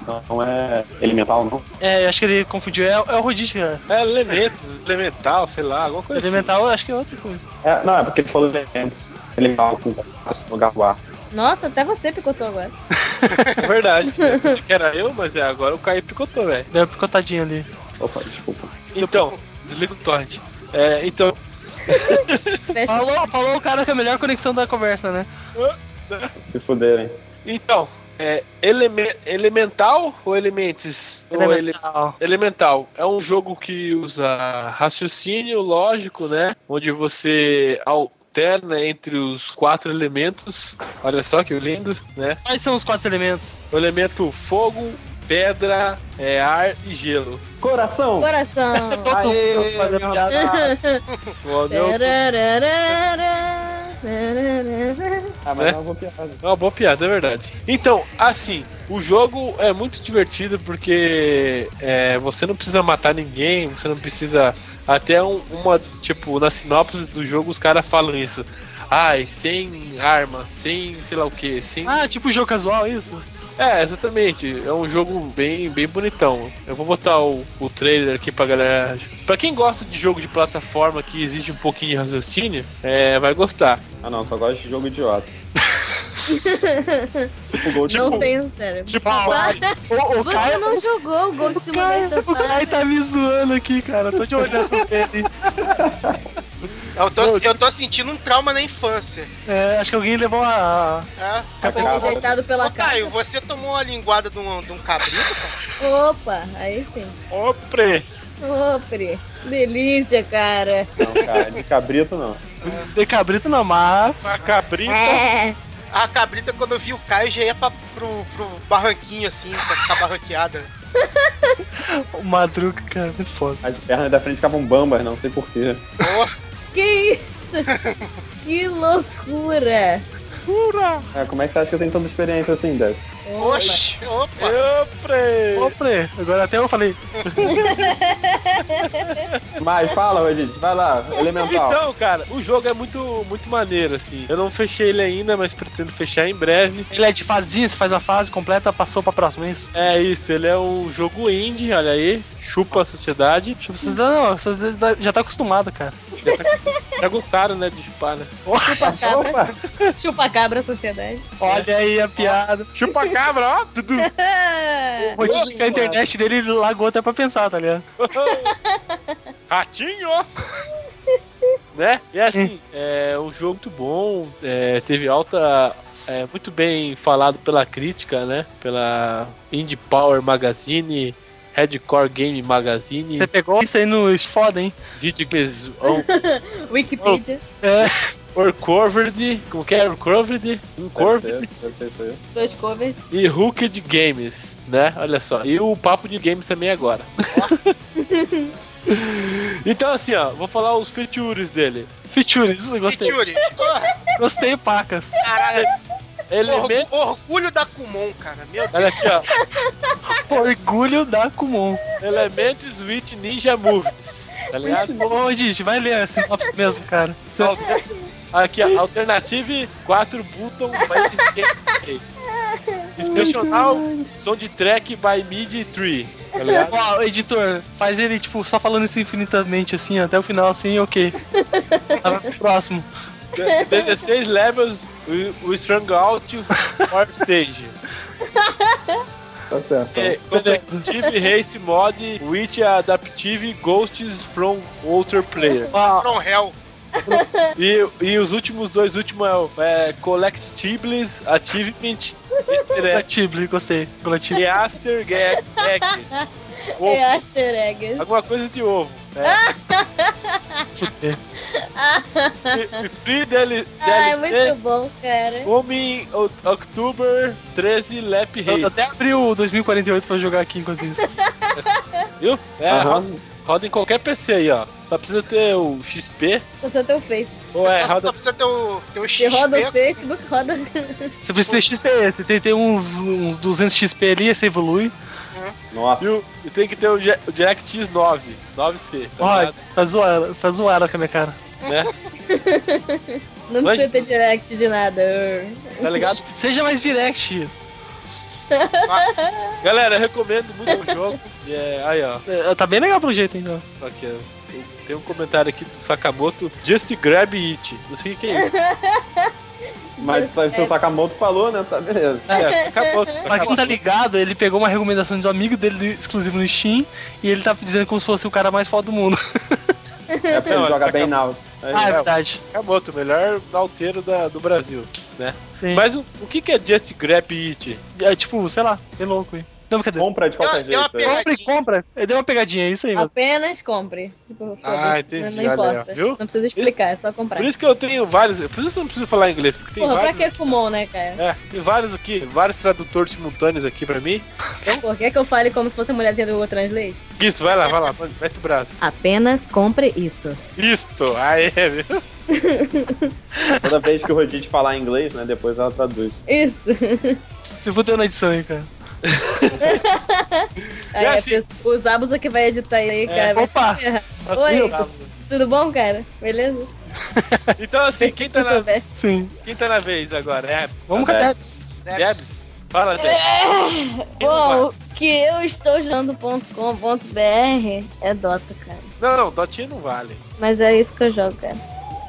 Speaker 5: não, não é elemental, não.
Speaker 3: É, eu acho que ele confundiu. É, é o Rodite, cara.
Speaker 2: É elementos, elemental, sei lá, alguma coisa assim.
Speaker 3: Elemental, eu acho que é outra coisa.
Speaker 5: É, não, é porque ele falou elementos. Elemental com com lugar do ar.
Speaker 6: Nossa, até você picotou agora.
Speaker 2: assim. É verdade. Eu pensei que era eu, mas é, agora o Caio picotou, velho.
Speaker 3: Deu uma picotadinha ali.
Speaker 5: Opa, desculpa.
Speaker 2: Então, desliga o torrent. É, então,
Speaker 6: Fecha
Speaker 3: Falou, falou o cara com a melhor conexão da conversa, né?
Speaker 5: Se fuderem.
Speaker 2: Então, é eleme- elemental ou elementes? Ou ele- elemental. É um jogo que usa raciocínio lógico, né? Onde você alterna entre os quatro elementos. Olha só que lindo, né?
Speaker 3: Quais são os quatro elementos?
Speaker 2: O elemento fogo, pedra, é, ar e gelo.
Speaker 6: o
Speaker 5: Coração!
Speaker 6: coração.
Speaker 3: Todo mundo fazendo um, piada.
Speaker 2: Bom, meu-
Speaker 6: Tarararara, tararara.
Speaker 5: Ah, mas não vou piada.
Speaker 2: É uma boa piada, é verdade. Então, assim, o jogo é muito divertido porque é, você não precisa matar ninguém, você não precisa. Até um- uma. Tipo, na sinopse do jogo os caras falam isso. Ai, sem arma, sem sei lá o que, sem.
Speaker 3: Ah, tipo jogo casual, isso?
Speaker 2: É, exatamente. É um jogo bem, bem bonitão. Eu vou botar o, o trailer aqui pra galera. Pra quem gosta de jogo de plataforma que exige um pouquinho de raciocínio, é, vai gostar.
Speaker 5: Ah, não, só gosto de jogo idiota. tipo Gold
Speaker 6: Não tenho cérebro.
Speaker 2: Tipo,
Speaker 3: O, o
Speaker 6: Você
Speaker 3: Caio.
Speaker 6: não jogou o Gold
Speaker 3: O Caio,
Speaker 6: Simulator,
Speaker 3: o
Speaker 6: fala.
Speaker 3: Caio tá me zoando aqui, cara. Tô de olho nessas dele.
Speaker 4: ó. Eu tô, eu tô sentindo um trauma na infância.
Speaker 3: É, acho que alguém levou a.
Speaker 4: Tá?
Speaker 6: Foi rejeitado pela
Speaker 4: Ô,
Speaker 6: cara.
Speaker 4: Caio, você tomou uma linguada de um, de um cabrito, cara?
Speaker 6: Opa, aí sim.
Speaker 2: opre!
Speaker 6: Opre. Delícia, cara.
Speaker 5: Não, cara, de cabrito não.
Speaker 3: De cabrito na massa.
Speaker 2: Uma cabrita!
Speaker 6: É.
Speaker 4: A cabrita, quando eu vi o Caio, já ia pra, pro, pro barranquinho, assim, pra ficar barranqueada.
Speaker 3: O Madruga, cara, muito foda.
Speaker 5: As pernas da frente ficavam bambas, não sei porquê.
Speaker 4: Pô,
Speaker 6: Que isso? Que loucura.
Speaker 5: É, como é que você acha que eu tenho tanta experiência assim, Deb?
Speaker 6: Opa.
Speaker 4: oxe, opa.
Speaker 2: Opre!
Speaker 3: Ô, Pre, agora até eu falei.
Speaker 5: Mas fala, gente, vai lá, elemental.
Speaker 2: Então, cara, o jogo é muito, muito maneiro, assim. Eu não fechei ele ainda, mas pretendo fechar em breve.
Speaker 3: Ele é de fazinha, você faz uma fase completa, passou pra próxima, é isso?
Speaker 2: É isso, ele é um jogo indie, olha aí. Chupa a sociedade.
Speaker 3: Tipo, vocês não, vocês já tá acostumado, cara.
Speaker 2: Já gostaram, né, de chupar, né?
Speaker 6: Chupa cabra.
Speaker 5: Opa,
Speaker 6: Chupa cabra, sociedade.
Speaker 3: Olha aí a piada.
Speaker 2: Chupa cabra, ó! Dudu.
Speaker 6: Ah,
Speaker 2: É
Speaker 3: Vou te que a internet dele ele lagou até pra pensar, tá ligado?
Speaker 2: Ratinho! né? E assim, é um jogo muito bom, é, teve alta. é, muito bem falado pela crítica, né? Pela Indie Power Magazine, Redcore Game Magazine,
Speaker 3: Você pegou isso aí no foda, hein?
Speaker 2: Digicles
Speaker 6: Wikipedia.
Speaker 2: Oh. Orcovered, como que é? Orcovered,
Speaker 5: Deve
Speaker 2: Uncovered
Speaker 5: ser, deve ser isso aí.
Speaker 6: Dois covers.
Speaker 2: e Hooked Games, né? Olha só. E o papo de games também agora. então assim, ó, vou falar os features dele.
Speaker 3: Features, isso eu gostei.
Speaker 4: Pituri, oh,
Speaker 3: Gostei, pacas.
Speaker 4: caralho,
Speaker 2: Elementos.
Speaker 4: orgu- orgulho da Kumon, cara. Meu Deus.
Speaker 2: Olha aqui, ó.
Speaker 3: Orgulho da Kumon.
Speaker 2: Elementos with Ninja Moves. Tá ligado?
Speaker 3: Ô, Odit, vai ler a sinopse mesmo, cara. Você-
Speaker 2: Alter- Aqui, ó, Alternative 4 Button by Escape. Special Soundtrack by Mid 3. Tá ligado?
Speaker 3: Ó, editor, faz ele, tipo, só falando isso infinitamente, assim, até o final, assim, ok. Tá, próximo.
Speaker 2: 16 levels, o, o Strong Out for Stage.
Speaker 5: Tá certo.
Speaker 2: É, Collective Race Mod with Adaptive Ghosts from Outer Player.
Speaker 3: Ó,
Speaker 4: From Hell.
Speaker 2: E, e os últimos dois últimos é, o, é Collectibles Achievement Easter Egg
Speaker 3: Coletible, gostei. Coletible.
Speaker 2: e Aster Gag. Egg.
Speaker 6: É
Speaker 2: Ovo,
Speaker 6: Aster Egg.
Speaker 2: alguma coisa de ovo. É. E- e Free DL,
Speaker 6: Ah, é
Speaker 2: DLC
Speaker 6: muito bom, cara.
Speaker 2: Homem O- October 13 Lap
Speaker 3: Eu
Speaker 2: Race.
Speaker 3: até abri o 2048 pra jogar aqui enquanto isso.
Speaker 2: Viu? É,
Speaker 5: Aham.
Speaker 2: roda, roda em qualquer PC aí, ó. Só precisa ter o XP.
Speaker 6: Eu sou teu Face.
Speaker 2: Ou é,
Speaker 4: só, só
Speaker 2: roda
Speaker 4: precisa ter o, ter o
Speaker 6: Você
Speaker 4: XP.
Speaker 6: roda o Facebook, roda.
Speaker 3: Você precisa ter XP, você tem que ter uns, uns 200 XP ali, aí você evolui.
Speaker 5: Nossa.
Speaker 2: E, o- e tem que ter o, Ge- o DirectX 9, 9C, tá
Speaker 3: Ó,
Speaker 2: ligado?
Speaker 3: tá zoado, tá zoado com a minha cara.
Speaker 6: Não
Speaker 2: Mas-
Speaker 6: precisa ter direct de nada.
Speaker 2: Tá ligado?
Speaker 3: Seja mais direct.
Speaker 4: Nossa.
Speaker 2: Galera, eu recomendo muito o jogo. E é, aí, ó. tá
Speaker 3: É, Tá bem legal pelo jeito, então.
Speaker 2: Aqui, ó. Tem- Tem um comentário aqui do Sakamoto. Just grab it. Não sei o que é isso.
Speaker 5: Mas tá, se o Sakamoto falou, né? Tá beleza.
Speaker 2: É, Sakamoto.
Speaker 3: Pra quem
Speaker 2: Sakamoto.
Speaker 3: tá ligado, ele pegou uma recomendação de um amigo dele exclusivo no Steam e ele tá dizendo como se fosse o cara mais foda do mundo.
Speaker 5: É porque
Speaker 2: Não,
Speaker 5: ele joga
Speaker 2: Sakamoto.
Speaker 5: bem na house. Aí,
Speaker 3: Ah, é verdade.
Speaker 2: Sakamoto, melhor alteiro da, do Brasil.
Speaker 3: Sim.
Speaker 2: Mas o, o que, que é Just grab it?
Speaker 3: É tipo, sei lá, é louco, hein? Não, brincadeira.
Speaker 5: Compra de qualquer
Speaker 4: Deu- deu uma
Speaker 5: jeito. é.
Speaker 4: pegada.
Speaker 3: Compra e compra. É, Deu uma pegadinha, é isso aí, mano.
Speaker 6: Apenas compre. Tipo,
Speaker 2: Ah,
Speaker 6: foda-se,
Speaker 2: entendi. olha
Speaker 6: Não
Speaker 2: aí, ó.
Speaker 6: importa.
Speaker 2: viu?
Speaker 6: Não precisa explicar, é só comprar.
Speaker 2: Por isso que eu tenho vários. Por isso que eu não preciso falar inglês, porque tem
Speaker 6: Porra, pra
Speaker 2: vários.
Speaker 6: que Kumon, né, cara?
Speaker 2: É, tem vários aqui, vários tradutores simultâneos aqui pra mim. então.
Speaker 6: Por que, que eu fale como se fosse a mulherzinha do Google Translate?
Speaker 2: Isso, vai lá, vai lá, mete o braço.
Speaker 6: Apenas compre isso.
Speaker 2: Isto, aê, viu?
Speaker 5: Toda vez que o Rodite falar inglês, né? Depois ela traduz.
Speaker 6: Isso.
Speaker 3: Se fudeu na edição aí, cara.
Speaker 6: Aí,
Speaker 2: É
Speaker 6: a
Speaker 2: assim. É,
Speaker 6: pessoa- o Zabuza que vai editar aí, cara. vai
Speaker 3: Opa!
Speaker 6: se ferrar. Oi, tudo bom, cara? Beleza?
Speaker 2: Então assim, quem tá, na,
Speaker 6: Souber.
Speaker 3: Sim.
Speaker 2: quem tá na vez agora? É
Speaker 3: Vamos
Speaker 5: Tá
Speaker 3: com a
Speaker 2: Debs? Fala, Debs.
Speaker 6: É.
Speaker 2: Quem não
Speaker 6: Bom, o que eu estou jogando.com.br é Dota, cara.
Speaker 2: vai? Não, não, Dotinha não vale.
Speaker 6: Mas é isso que eu jogo, cara.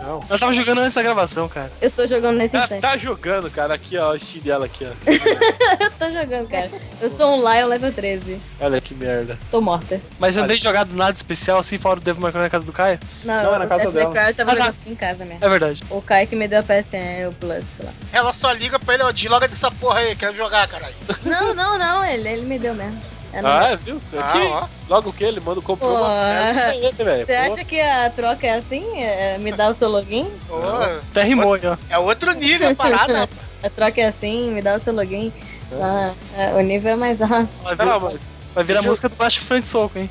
Speaker 2: Não.
Speaker 3: Nós tava jogando antes da gravação, cara.
Speaker 6: Eu tô jogando nesse
Speaker 2: Ela
Speaker 6: instante.
Speaker 2: tá jogando, cara, aqui ó, o X dela aqui, ó.
Speaker 6: Eu tô jogando, cara. Eu sou um Lion level 13.
Speaker 2: Olha que merda.
Speaker 6: Tô morta.
Speaker 3: Mas eu não
Speaker 2: Olha.
Speaker 3: tenho jogado nada especial assim, fora o Devil May Cry na casa do Caio.
Speaker 6: Não,
Speaker 5: Não, é na casa
Speaker 6: o
Speaker 5: dela.
Speaker 6: Crowd tava
Speaker 3: Ah, tá.
Speaker 6: jogando aqui em casa mesmo.
Speaker 3: É verdade.
Speaker 6: O Kai que me deu a PSN, o Plus, sei lá.
Speaker 4: É, Ela só liga pra ele, ó, desloga dessa porra aí, quero jogar, caralho.
Speaker 6: Não, não, não, ele, ele me deu mesmo. É normal.
Speaker 2: Ah, viu? Aqui,
Speaker 4: Ah,
Speaker 2: logo que ele manda comprou
Speaker 6: Pô.
Speaker 2: uma É, merda, velho.
Speaker 6: Você
Speaker 2: Pô.
Speaker 6: acha que a troca é assim? É, me dá o seu login?
Speaker 4: ó. Ô,
Speaker 3: Até rimou, hein, ó.
Speaker 4: é outro nível a parada. rapaz.
Speaker 6: A troca é assim, me dá o seu login. Ah, é, o nível é mais alto.
Speaker 3: Vai virar,
Speaker 2: Não, mas
Speaker 3: vai virar
Speaker 2: você
Speaker 3: música do baixo frente soco, hein?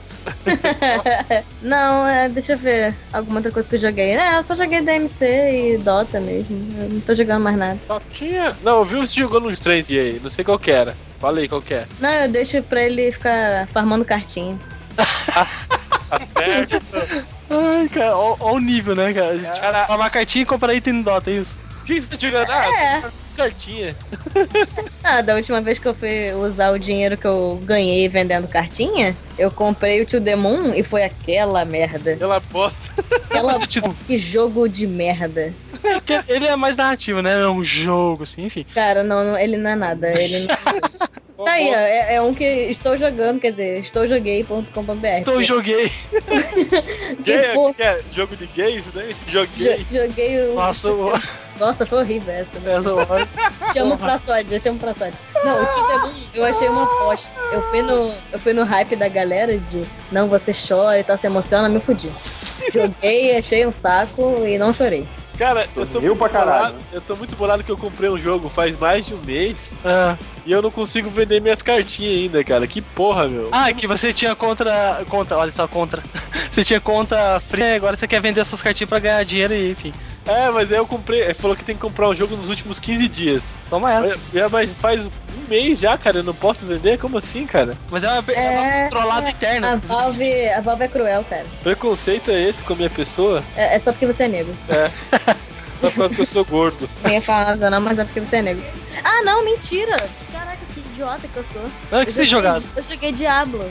Speaker 6: Não, é, deixa eu ver. Alguma outra coisa que eu joguei. É, eu só joguei DMC e Dota mesmo. Eu não tô jogando mais nada.
Speaker 2: Dotinha... Não, viu você jogou nos trens aí, não sei qual que era. Fala aí qual que é.
Speaker 6: Não, eu deixo pra ele ficar farmando cartinha.
Speaker 3: É.
Speaker 2: Certo.
Speaker 3: Ai, cara, ó, ó o nível, né, cara? Tipo,
Speaker 2: Cara,
Speaker 3: Tomar cartinha e comprar item no Dota, é isso.
Speaker 2: o que você tá jogando? Ah,
Speaker 6: É.
Speaker 2: cartinha.
Speaker 6: Ah, da última vez que eu fui usar o dinheiro que eu ganhei vendendo cartinha, eu comprei o Tio Demon e foi aquela merda.
Speaker 2: Ela bosta.
Speaker 6: Aquela
Speaker 3: Mas o Tio-
Speaker 6: que jogo de merda.
Speaker 3: Porque ele é mais narrativo, né? É um jogo, assim, enfim.
Speaker 6: Cara, não, não, ele não é nada. Ele não... Tá aí, ó, é, é um que estou jogando, quer dizer, estoujoguei.com.br.
Speaker 3: Então eu joguei.
Speaker 2: Gay,
Speaker 6: Que porra.
Speaker 2: que é jogo de gay, isso daí? Joguei.
Speaker 6: Jo- Joguei o.
Speaker 3: Nossa, o-
Speaker 6: Nossa, foi horrível essa. né?
Speaker 3: essa hora.
Speaker 6: Chama o Praçódio, já chama o Praçódio. Não, o Tito é bom. Eu achei uma aposta. Eu fui no, eu fui no hype da galera de não, você chora e tal, se emociona, me fudi. Joguei, achei um saco e não chorei.
Speaker 2: Cara, eu tô,
Speaker 5: Riu
Speaker 2: muito
Speaker 5: pra caralho. né?
Speaker 2: bolado, eu tô muito bolado que eu comprei um jogo faz mais de um mês
Speaker 3: Ah,
Speaker 2: e eu não consigo vender minhas cartinhas ainda, cara. Que porra, meu.
Speaker 3: Ah, que você tinha contra. Conta, olha só, contra. Você tinha conta fria, né? agora você quer vender essas cartinhas pra ganhar dinheiro e enfim.
Speaker 2: É, mas aí eu comprei. Ele falou que tem que comprar um jogo nos últimos 15 dias.
Speaker 3: Toma essa.
Speaker 2: Mas- é, mas faz um mês já, cara. Eu não posso vender? Como assim, cara?
Speaker 3: Mas é uma, é uma
Speaker 7: É.
Speaker 3: trollada
Speaker 7: A
Speaker 6: Ah,
Speaker 3: interna.
Speaker 6: tá.
Speaker 7: Valve, a Valve é cruel, cara.
Speaker 2: Preconceito é esse com a minha pessoa?
Speaker 7: É, é só porque você é negro.
Speaker 2: Só por causa que eu sou gordo.
Speaker 7: Não ia falar nada não, mas é porque você é negro. Ah, não, mentira! Caraca, que idiota que eu sou.
Speaker 3: Não, o é que
Speaker 7: eu
Speaker 3: você tem
Speaker 7: joguei-
Speaker 3: jogado?
Speaker 7: Eu joguei Diablo.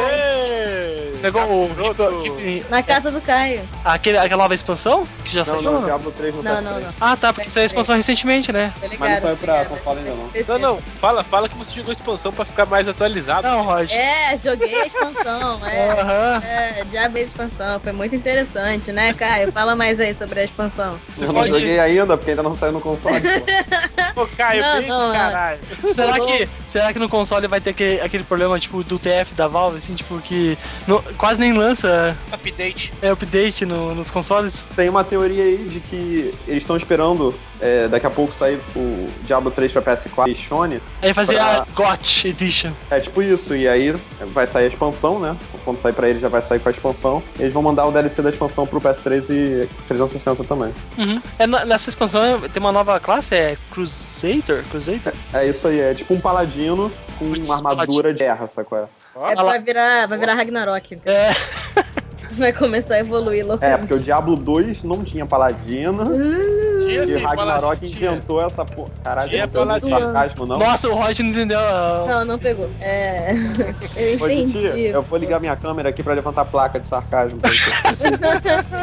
Speaker 2: Aê!
Speaker 3: Pegou É um, o.
Speaker 2: Garoto.
Speaker 3: que- que-
Speaker 7: Na casa do Caio.
Speaker 3: aquele, aquela nova expansão? Que já
Speaker 5: Não,
Speaker 3: saiu?
Speaker 5: não, Diablo 3 não,
Speaker 7: Não,
Speaker 5: tá
Speaker 7: não,
Speaker 5: pra
Speaker 7: não.
Speaker 3: Ah, tá, porque saiu a expansão recentemente, né?
Speaker 7: Tô ligado.
Speaker 5: Mas não saiu
Speaker 7: tô
Speaker 5: pra
Speaker 7: ligado.
Speaker 5: console ainda, não.
Speaker 2: Não, não. Fala, fala que você jogou expansão pra ficar mais atualizado.
Speaker 3: Não, Rod.
Speaker 6: É, joguei a expansão, é.
Speaker 3: Aham.
Speaker 6: É, Diablo e expansão, foi muito interessante, né, Caio? Fala mais aí sobre a expansão.
Speaker 5: Eu não
Speaker 3: pode-
Speaker 5: joguei ainda, porque ainda não saiu no console. pô.
Speaker 2: Ô, Caio,
Speaker 6: Não,
Speaker 2: brinque,
Speaker 6: não, é. não.
Speaker 2: caralho.
Speaker 3: Será que, será que no console vai ter aquele, aquele problema, tipo, do TF da Valve, assim, tipo, que não- quase nem lança
Speaker 4: Update.
Speaker 3: é, update no- nos consoles?
Speaker 5: Tem uma teoria aí de que eles estão esperando é, daqui a pouco sair o Diablo 3 pra PS4 e Sony.
Speaker 3: Aí fazer
Speaker 5: Pra-
Speaker 6: Ah.
Speaker 3: a GOT Edition.
Speaker 5: É tipo isso, e aí vai sair a expansão, né? Quando sair pra eles já vai sair com a expansão. Eles vão mandar o DLC da expansão pro PS3 e 360 também.
Speaker 3: É, na- nessa expansão é- tem uma nova classe, é Crusader? Crusader?
Speaker 5: É isso aí, é tipo um paladino com
Speaker 2: Tipo
Speaker 3: Putz,
Speaker 5: uma armadura de guerra, sacou? É?
Speaker 6: É,
Speaker 3: Fala.
Speaker 6: vai virar, vai virar Ragnarok, então.
Speaker 3: É,
Speaker 6: vai começar a evoluir
Speaker 5: É,
Speaker 6: loucamente.
Speaker 5: porque o Diablo 2 não tinha paladino.
Speaker 6: Uhum.
Speaker 2: Tinha assim,
Speaker 5: E
Speaker 2: sim,
Speaker 5: o Ragnarok
Speaker 2: fala, tinha.
Speaker 5: inventou essa porra. Caralho,
Speaker 2: Tinha
Speaker 5: não tem um
Speaker 2: paladino.
Speaker 5: sarcasmo, não.
Speaker 3: nossa, o Rod não entendeu. a-
Speaker 6: Não, não pegou. É. Eu
Speaker 5: Ô, Titi,
Speaker 6: entendi.
Speaker 5: eu vou ligar minha câmera aqui pra levantar a placa de sarcasmo. pra você.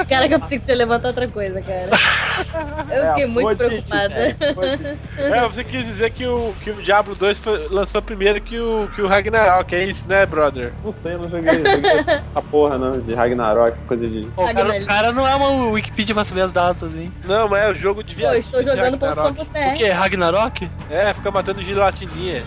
Speaker 6: Cara, que eu pensei que você levantou outra coisa, cara. Eu
Speaker 5: É,
Speaker 6: fiquei
Speaker 5: foi, Titi,
Speaker 6: muito preocupada.
Speaker 5: é, foi, Titi.
Speaker 2: É, você quis dizer que o, que o Diablo 2 foi- lançou primeiro que o, que o Ragnarok, é isso, né, brother?
Speaker 5: Não sei, eu não joguei. joguei essa porra, não, de Ragnarok, essa coisa de.
Speaker 3: Pô, o, cara,
Speaker 6: Ragnarok.
Speaker 3: o cara não é uma Wikipedia pra saber as datas, hein?
Speaker 2: Não, mas é o jogo de
Speaker 6: Pô,
Speaker 2: viagem.
Speaker 6: estou jogando por ponto
Speaker 3: O
Speaker 6: pé.
Speaker 3: que? Ragnarok?
Speaker 2: É, fica matando gelatininha.
Speaker 3: é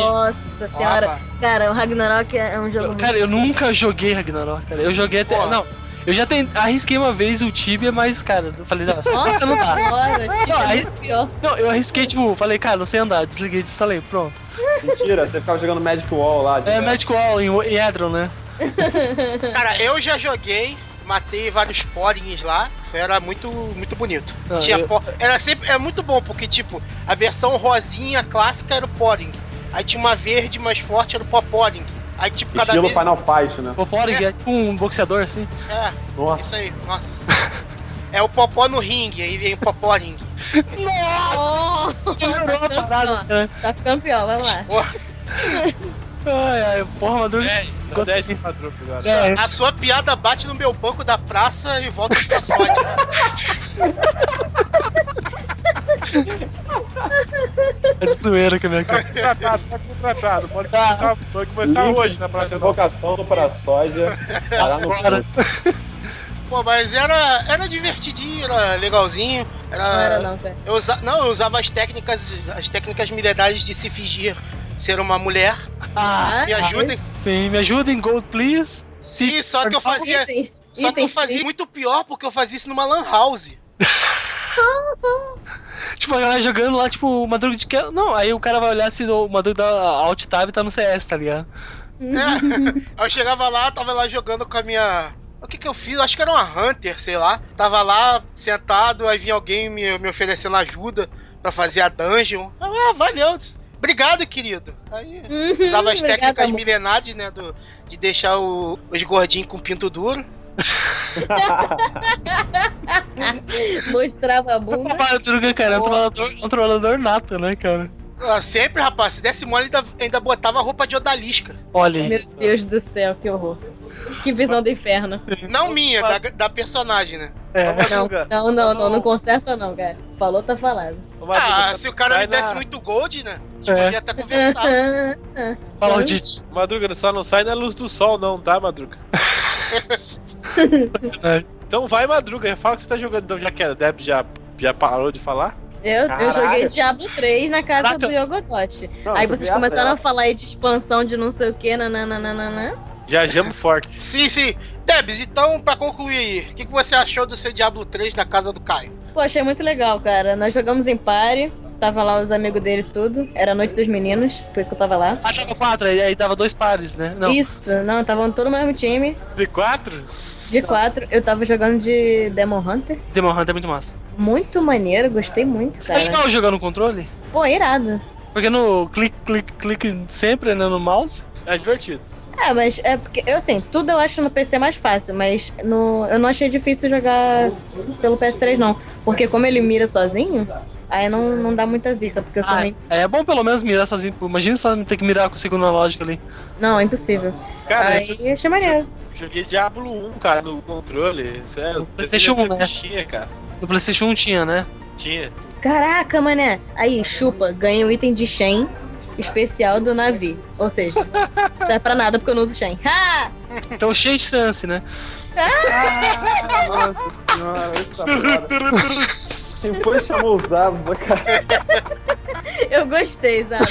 Speaker 6: Nossa senhora.
Speaker 4: Opa.
Speaker 6: Cara, o Ragnarok é um jogo muito.
Speaker 3: Cara, eu nunca joguei Ragnarok, cara. Eu joguei até.
Speaker 4: Porra.
Speaker 3: Não, eu já ten- arrisquei uma vez o Tibia, mas, cara, eu falei, não, essa
Speaker 6: Nossa
Speaker 3: essa não dá.
Speaker 6: senhora, tipo,
Speaker 3: tá Não,
Speaker 6: é
Speaker 3: aí-
Speaker 6: muito pior.
Speaker 3: Não, eu arrisquei, tipo, falei, cara, não sei andar, desliguei, desinstalei, pronto.
Speaker 5: Mentira, você ficava jogando Magic Wall lá.
Speaker 3: É
Speaker 5: direto.
Speaker 3: Magic Wall em, em Edron, né?
Speaker 4: Cara, eu já joguei, matei vários porings lá. Era muito, muito bonito.
Speaker 3: Não,
Speaker 4: Tinha
Speaker 3: eu-
Speaker 4: po- Era sempre. Era muito bom, porque, tipo, a versão rosinha clássica era o poring. Aí tinha uma verde mais forte, era o pó poring. Aí, tipo, cada
Speaker 5: Estilo
Speaker 4: vez.
Speaker 5: Final Fight, né?
Speaker 3: O Poring é tipo um boxeador, assim.
Speaker 4: É, isso
Speaker 5: Nossa.
Speaker 4: aí, nossa. É o popó no ringue, aí vem o popó ringue.
Speaker 6: Oh,
Speaker 3: Melhorou a parada, né?
Speaker 6: tá ficando pior, vai lá.
Speaker 3: Ai, ai, porra, Madruga.
Speaker 2: Dá 10 em padrão agora.
Speaker 3: assim. É,
Speaker 4: A sua piada bate no meu banco da praça e volta pra sorte.
Speaker 3: é de zoeira que a minha cara. Ah,
Speaker 2: Contratado, tá contratado. Pode começar, pode começar
Speaker 5: Link
Speaker 2: hoje na Praça Nova.
Speaker 5: Invocação do Parasoja. Parar no
Speaker 3: Agora.
Speaker 4: Pô, mas era, era divertidinho, era legalzinho.
Speaker 6: Não
Speaker 4: Era,
Speaker 6: era não, cara.
Speaker 4: eu usa, não, eu usava as técnicas, as técnicas milenares de se fingir ser uma mulher.
Speaker 3: Ah,
Speaker 6: é?
Speaker 4: Me ajudem.
Speaker 3: sim, me ajudem, gold, please.
Speaker 4: Sim, só que eu fazia.
Speaker 6: Itens,
Speaker 4: Só que eu
Speaker 6: itens,
Speaker 4: fazia muito pior porque eu fazia isso numa lan house.
Speaker 3: Tipo, a galera jogando lá, tipo, o Madruga de que. Não, aí o cara vai olhar se o Madruga da Alt Tab tá no CS, tá ligado?
Speaker 4: né? Aí eu chegava lá, tava lá jogando com a minha. O que que eu fiz? Acho que era uma Hunter, sei lá. Tava lá sentado, aí vinha alguém me, me oferecendo ajuda pra fazer a dungeon. Eu, ah, valeu. disse, Obrigado, querido. Aí
Speaker 6: Uhum,
Speaker 4: usava as
Speaker 6: obrigada,
Speaker 4: técnicas
Speaker 6: amor.
Speaker 4: milenares, né? do- de deixar o- os gordinhos com pinto duro.
Speaker 6: Mostrava a
Speaker 3: O
Speaker 6: bunda.
Speaker 3: Madruga, cara, é um controlador, controlador nato, né, cara?
Speaker 4: Ah, Sempre, rapaz, se desse mole, ainda, ainda botava roupa de odalisca.
Speaker 3: Olha aí.
Speaker 6: Meu Deus do céu, que horror. Que visão do inferno.
Speaker 4: Não minha, da, da personagem, né?
Speaker 3: É.
Speaker 6: Não, não, não, não, não conserta não, cara. Falou, tá falado.
Speaker 4: Ah, se o cara me
Speaker 2: sai
Speaker 4: desse
Speaker 2: na-
Speaker 4: muito gold, né? A gente
Speaker 3: É.
Speaker 4: podia até conversar.
Speaker 3: Fala, Aldite.
Speaker 2: Madruga, só não sai na luz do sol, não, tá, Madruga? então vai, Madruga, fala que você tá jogando, então, já que a Deb já, já parou de falar.
Speaker 6: Eu, eu
Speaker 5: Caralho.
Speaker 6: joguei Diablo 3 na casa
Speaker 3: Caraca.
Speaker 6: do Yogodot.
Speaker 5: Não,
Speaker 6: Aí
Speaker 5: tu
Speaker 6: vocês
Speaker 5: viaja,
Speaker 6: começaram a
Speaker 5: né?
Speaker 6: falar aí de expansão de não sei o que, nananana.
Speaker 2: Já jamo forte.
Speaker 4: Sim, sim. Debs, então, pra concluir aí, o que, que você achou do seu Diablo 3 na casa do Caio?
Speaker 6: Pô, achei muito legal, cara. Nós jogamos em pare. Tava lá os amigos dele e tudo. Era a noite dos meninos, por isso que eu tava lá.
Speaker 3: Ah, tava quatro, aí, aí dava dois pares, né? Não,
Speaker 6: Isso, não, estavam todo no mesmo time.
Speaker 2: De quatro?
Speaker 6: De quatro, eu tava jogando de Demon Hunter.
Speaker 3: Demon Hunter é muito massa.
Speaker 6: Muito maneiro, gostei muito,
Speaker 3: É
Speaker 6: cara.
Speaker 3: legal jogar no controle?
Speaker 6: Pô, irado.
Speaker 3: Porque no clique, clique, clique sempre, né, no mouse.
Speaker 2: É divertido.
Speaker 6: É, mas é porque, eu, assim, tudo eu acho no PC mais fácil, mas no, eu não achei difícil jogar pelo PS3, não. Porque como ele mira sozinho, aí não, não dá muita zica, porque eu sou
Speaker 3: Ah,
Speaker 6: nem.
Speaker 3: É bom pelo menos mirar sozinho. pô. Imagina só ter que mirar com segunda lógica ali.
Speaker 6: Não, é impossível.
Speaker 2: Cara, eu
Speaker 6: aí eu achei maneiro.
Speaker 2: joguei Diablo 1, cara, no controle. Isso é,
Speaker 3: No PlayStation 1, né?
Speaker 2: Tinha, cara.
Speaker 3: No PlayStation 1 tinha, né?
Speaker 2: Tinha.
Speaker 6: Caraca, mané! Aí, chupa, ganha um item de Shen especial do navio. Ou seja, não serve pra nada porque eu não uso Shen. Ha!
Speaker 3: Então cheio de chance, né?
Speaker 5: Ah, nossa senhora, essa parada. Quem foi chamou os Zabuza, cara?
Speaker 6: Eu gostei, sabe?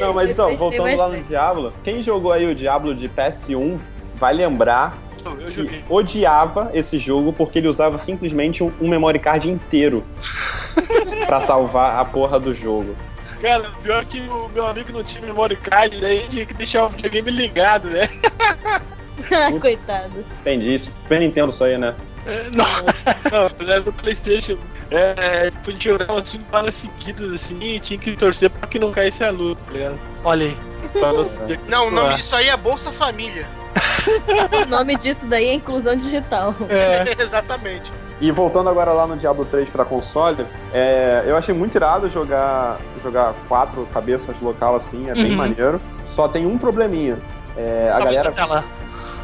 Speaker 5: Não, mas então,
Speaker 6: Eu gostei
Speaker 5: voltando lá no
Speaker 6: bastante.
Speaker 5: Diablo, quem jogou aí o Diablo de PS1 vai lembrar
Speaker 2: Eu
Speaker 5: que
Speaker 2: joguei.
Speaker 5: odiava esse jogo porque ele usava simplesmente um, um memory card inteiro pra salvar a porra do jogo.
Speaker 2: Cara, pior é que o meu amigo não tinha memory card, daí ele tinha que deixar o videogame ligado, né?
Speaker 6: Ah, Coitado.
Speaker 5: Entendi, Super Nintendo isso aí, né?
Speaker 3: É, Não,
Speaker 2: Não, mas era do Playstation. É, tipo, a gente jogava umas cinco balas seguidas assim e tinha que torcer pra que não caísse a luz, tá ligado?
Speaker 3: olha aí.
Speaker 2: Pra não ter Tá que
Speaker 4: Não, o nome
Speaker 2: continuar.
Speaker 4: disso aí é Bolsa Família.
Speaker 6: O nome disso daí é inclusão digital.
Speaker 3: É.
Speaker 4: Exatamente.
Speaker 5: E voltando agora lá no Diablo 3 pra console, é, eu achei muito irado jogar jogar quatro cabeças local assim, é bem
Speaker 3: Uhum.
Speaker 5: maneiro. Só tem um probleminha. É, a galera
Speaker 3: Tá lá.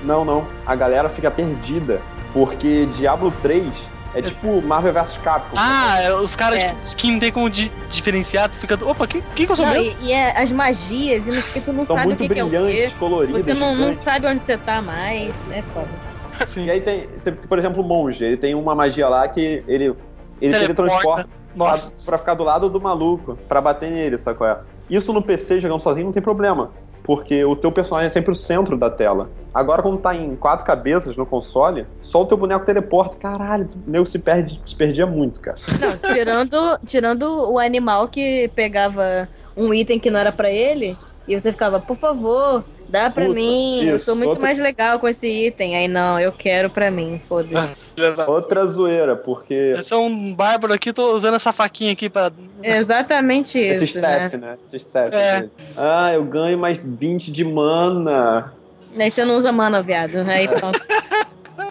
Speaker 5: Não, não. A galera fica perdida. Porque Diablo 3 é tipo Marvel vs Capcom.
Speaker 3: Ah, é, os caras
Speaker 6: É.
Speaker 3: de skin não tem como di diferenciar, tu fica. Opa, quem que, que eu sou
Speaker 6: Não,
Speaker 3: mesmo?
Speaker 6: e, e é as magias, e não, e tu não
Speaker 5: São
Speaker 6: sabe o
Speaker 5: muito
Speaker 6: que, que é um o quê.
Speaker 5: brilhantes, coloridas,
Speaker 6: Você não, não
Speaker 5: gigantes.
Speaker 6: sabe onde você tá mais. É foda.
Speaker 3: Sim.
Speaker 5: E aí tem, tem, por exemplo, o Monge. Ele tem uma magia lá que ele, ele teletransporta
Speaker 3: Teleporta.
Speaker 5: pra,
Speaker 3: Nossa.
Speaker 5: pra ficar do lado do maluco, pra bater nele, sabe qual é? Isso no PC, jogando sozinho, não tem problema. Porque o teu personagem é sempre o centro da tela. Agora, quando tá em quatro cabeças no console, só o teu boneco teleporta. Caralho, o nego se, perde, se perdia muito, cara.
Speaker 6: Não, tirando, tirando o animal que pegava um item que não era pra ele, e você ficava, por favor, dá pra
Speaker 5: Puta,
Speaker 6: mim, eu
Speaker 5: isso,
Speaker 6: sou muito
Speaker 5: outra-
Speaker 6: mais legal com esse item. Aí não, eu quero pra mim, foda-se.
Speaker 5: Outra zoeira, porque
Speaker 3: Eu sou um bárbaro aqui, tô usando essa faquinha aqui pra.
Speaker 6: É exatamente isso.
Speaker 5: Esse staff, né? Esse staff.
Speaker 3: É.
Speaker 5: né? Ah, eu ganho mais 20 de mana.
Speaker 6: né? Aí você não usa mana, viado. Aí pronto.